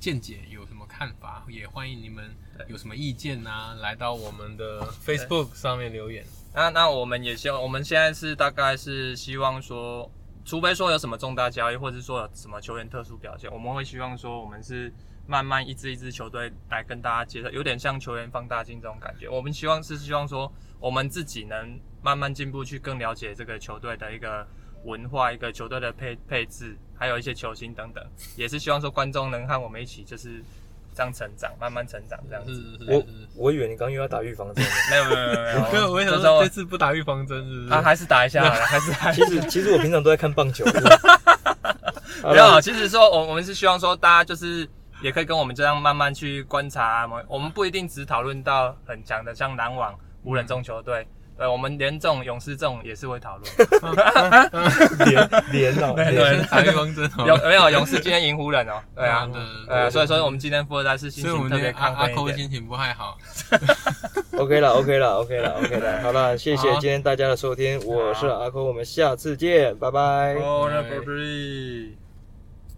Speaker 1: 见解有什么看法？也欢迎你们有什么意见啊，来到我们的 Facebook 上面留言。
Speaker 3: 那那我们也希望，我们现在是大概是希望说，除非说有什么重大交易，或者说有什么球员特殊表现，我们会希望说我们是慢慢一支一支球队来跟大家介绍，有点像球员放大镜这种感觉。我们希望是希望说我们自己能慢慢进步，去更了解这个球队的一个文化、一个球队的配配置，还有一些球星等等，也是希望说观众能和我们一起就是这样成长，慢慢成长这样
Speaker 1: 是
Speaker 3: 子。
Speaker 1: 是是
Speaker 2: 我
Speaker 1: 是。
Speaker 2: 我以为你刚又要打预防针，
Speaker 3: 没有没有没有没有，
Speaker 1: 哥，我也
Speaker 3: 就
Speaker 1: 想
Speaker 3: 是
Speaker 1: 说
Speaker 3: 我
Speaker 1: 这次不打预防针是不是？
Speaker 3: 啊，还是打一下好了，还是打一
Speaker 2: 其。
Speaker 3: 下
Speaker 2: 实其实我平常都在看棒球，好
Speaker 3: 没有，啊
Speaker 2: 了，
Speaker 3: 其实说，我我们是希望说，大家就是也可以跟我们这样慢慢去观察、啊我们我们不一定只讨论到很强的，像篮网、湖人这种球 队，对，我们连这种勇士这种也是会讨论。
Speaker 2: 连连 哦，
Speaker 3: 对
Speaker 2: 连
Speaker 3: 对
Speaker 1: 打预防针好
Speaker 3: 有
Speaker 1: 了。
Speaker 3: 没有勇士今天赢湖人哦？对啊
Speaker 1: 嗯，对对
Speaker 3: 对啊，所以说我们今天富二代是心
Speaker 1: 所以我
Speaker 3: 情
Speaker 1: 们
Speaker 3: 特
Speaker 1: 今天
Speaker 3: 别
Speaker 1: 阿
Speaker 3: 亢
Speaker 1: 阿
Speaker 3: 奋
Speaker 1: 扣
Speaker 3: 一点。
Speaker 1: 心情不太好。
Speaker 2: OK 了，OK 了，OK 了，OK 了，好了，谢谢
Speaker 3: 啊
Speaker 1: 好
Speaker 2: 哎今天大家的收听，我是阿扣，我们下次见，拜拜。
Speaker 3: Corner
Speaker 1: 对
Speaker 3: for three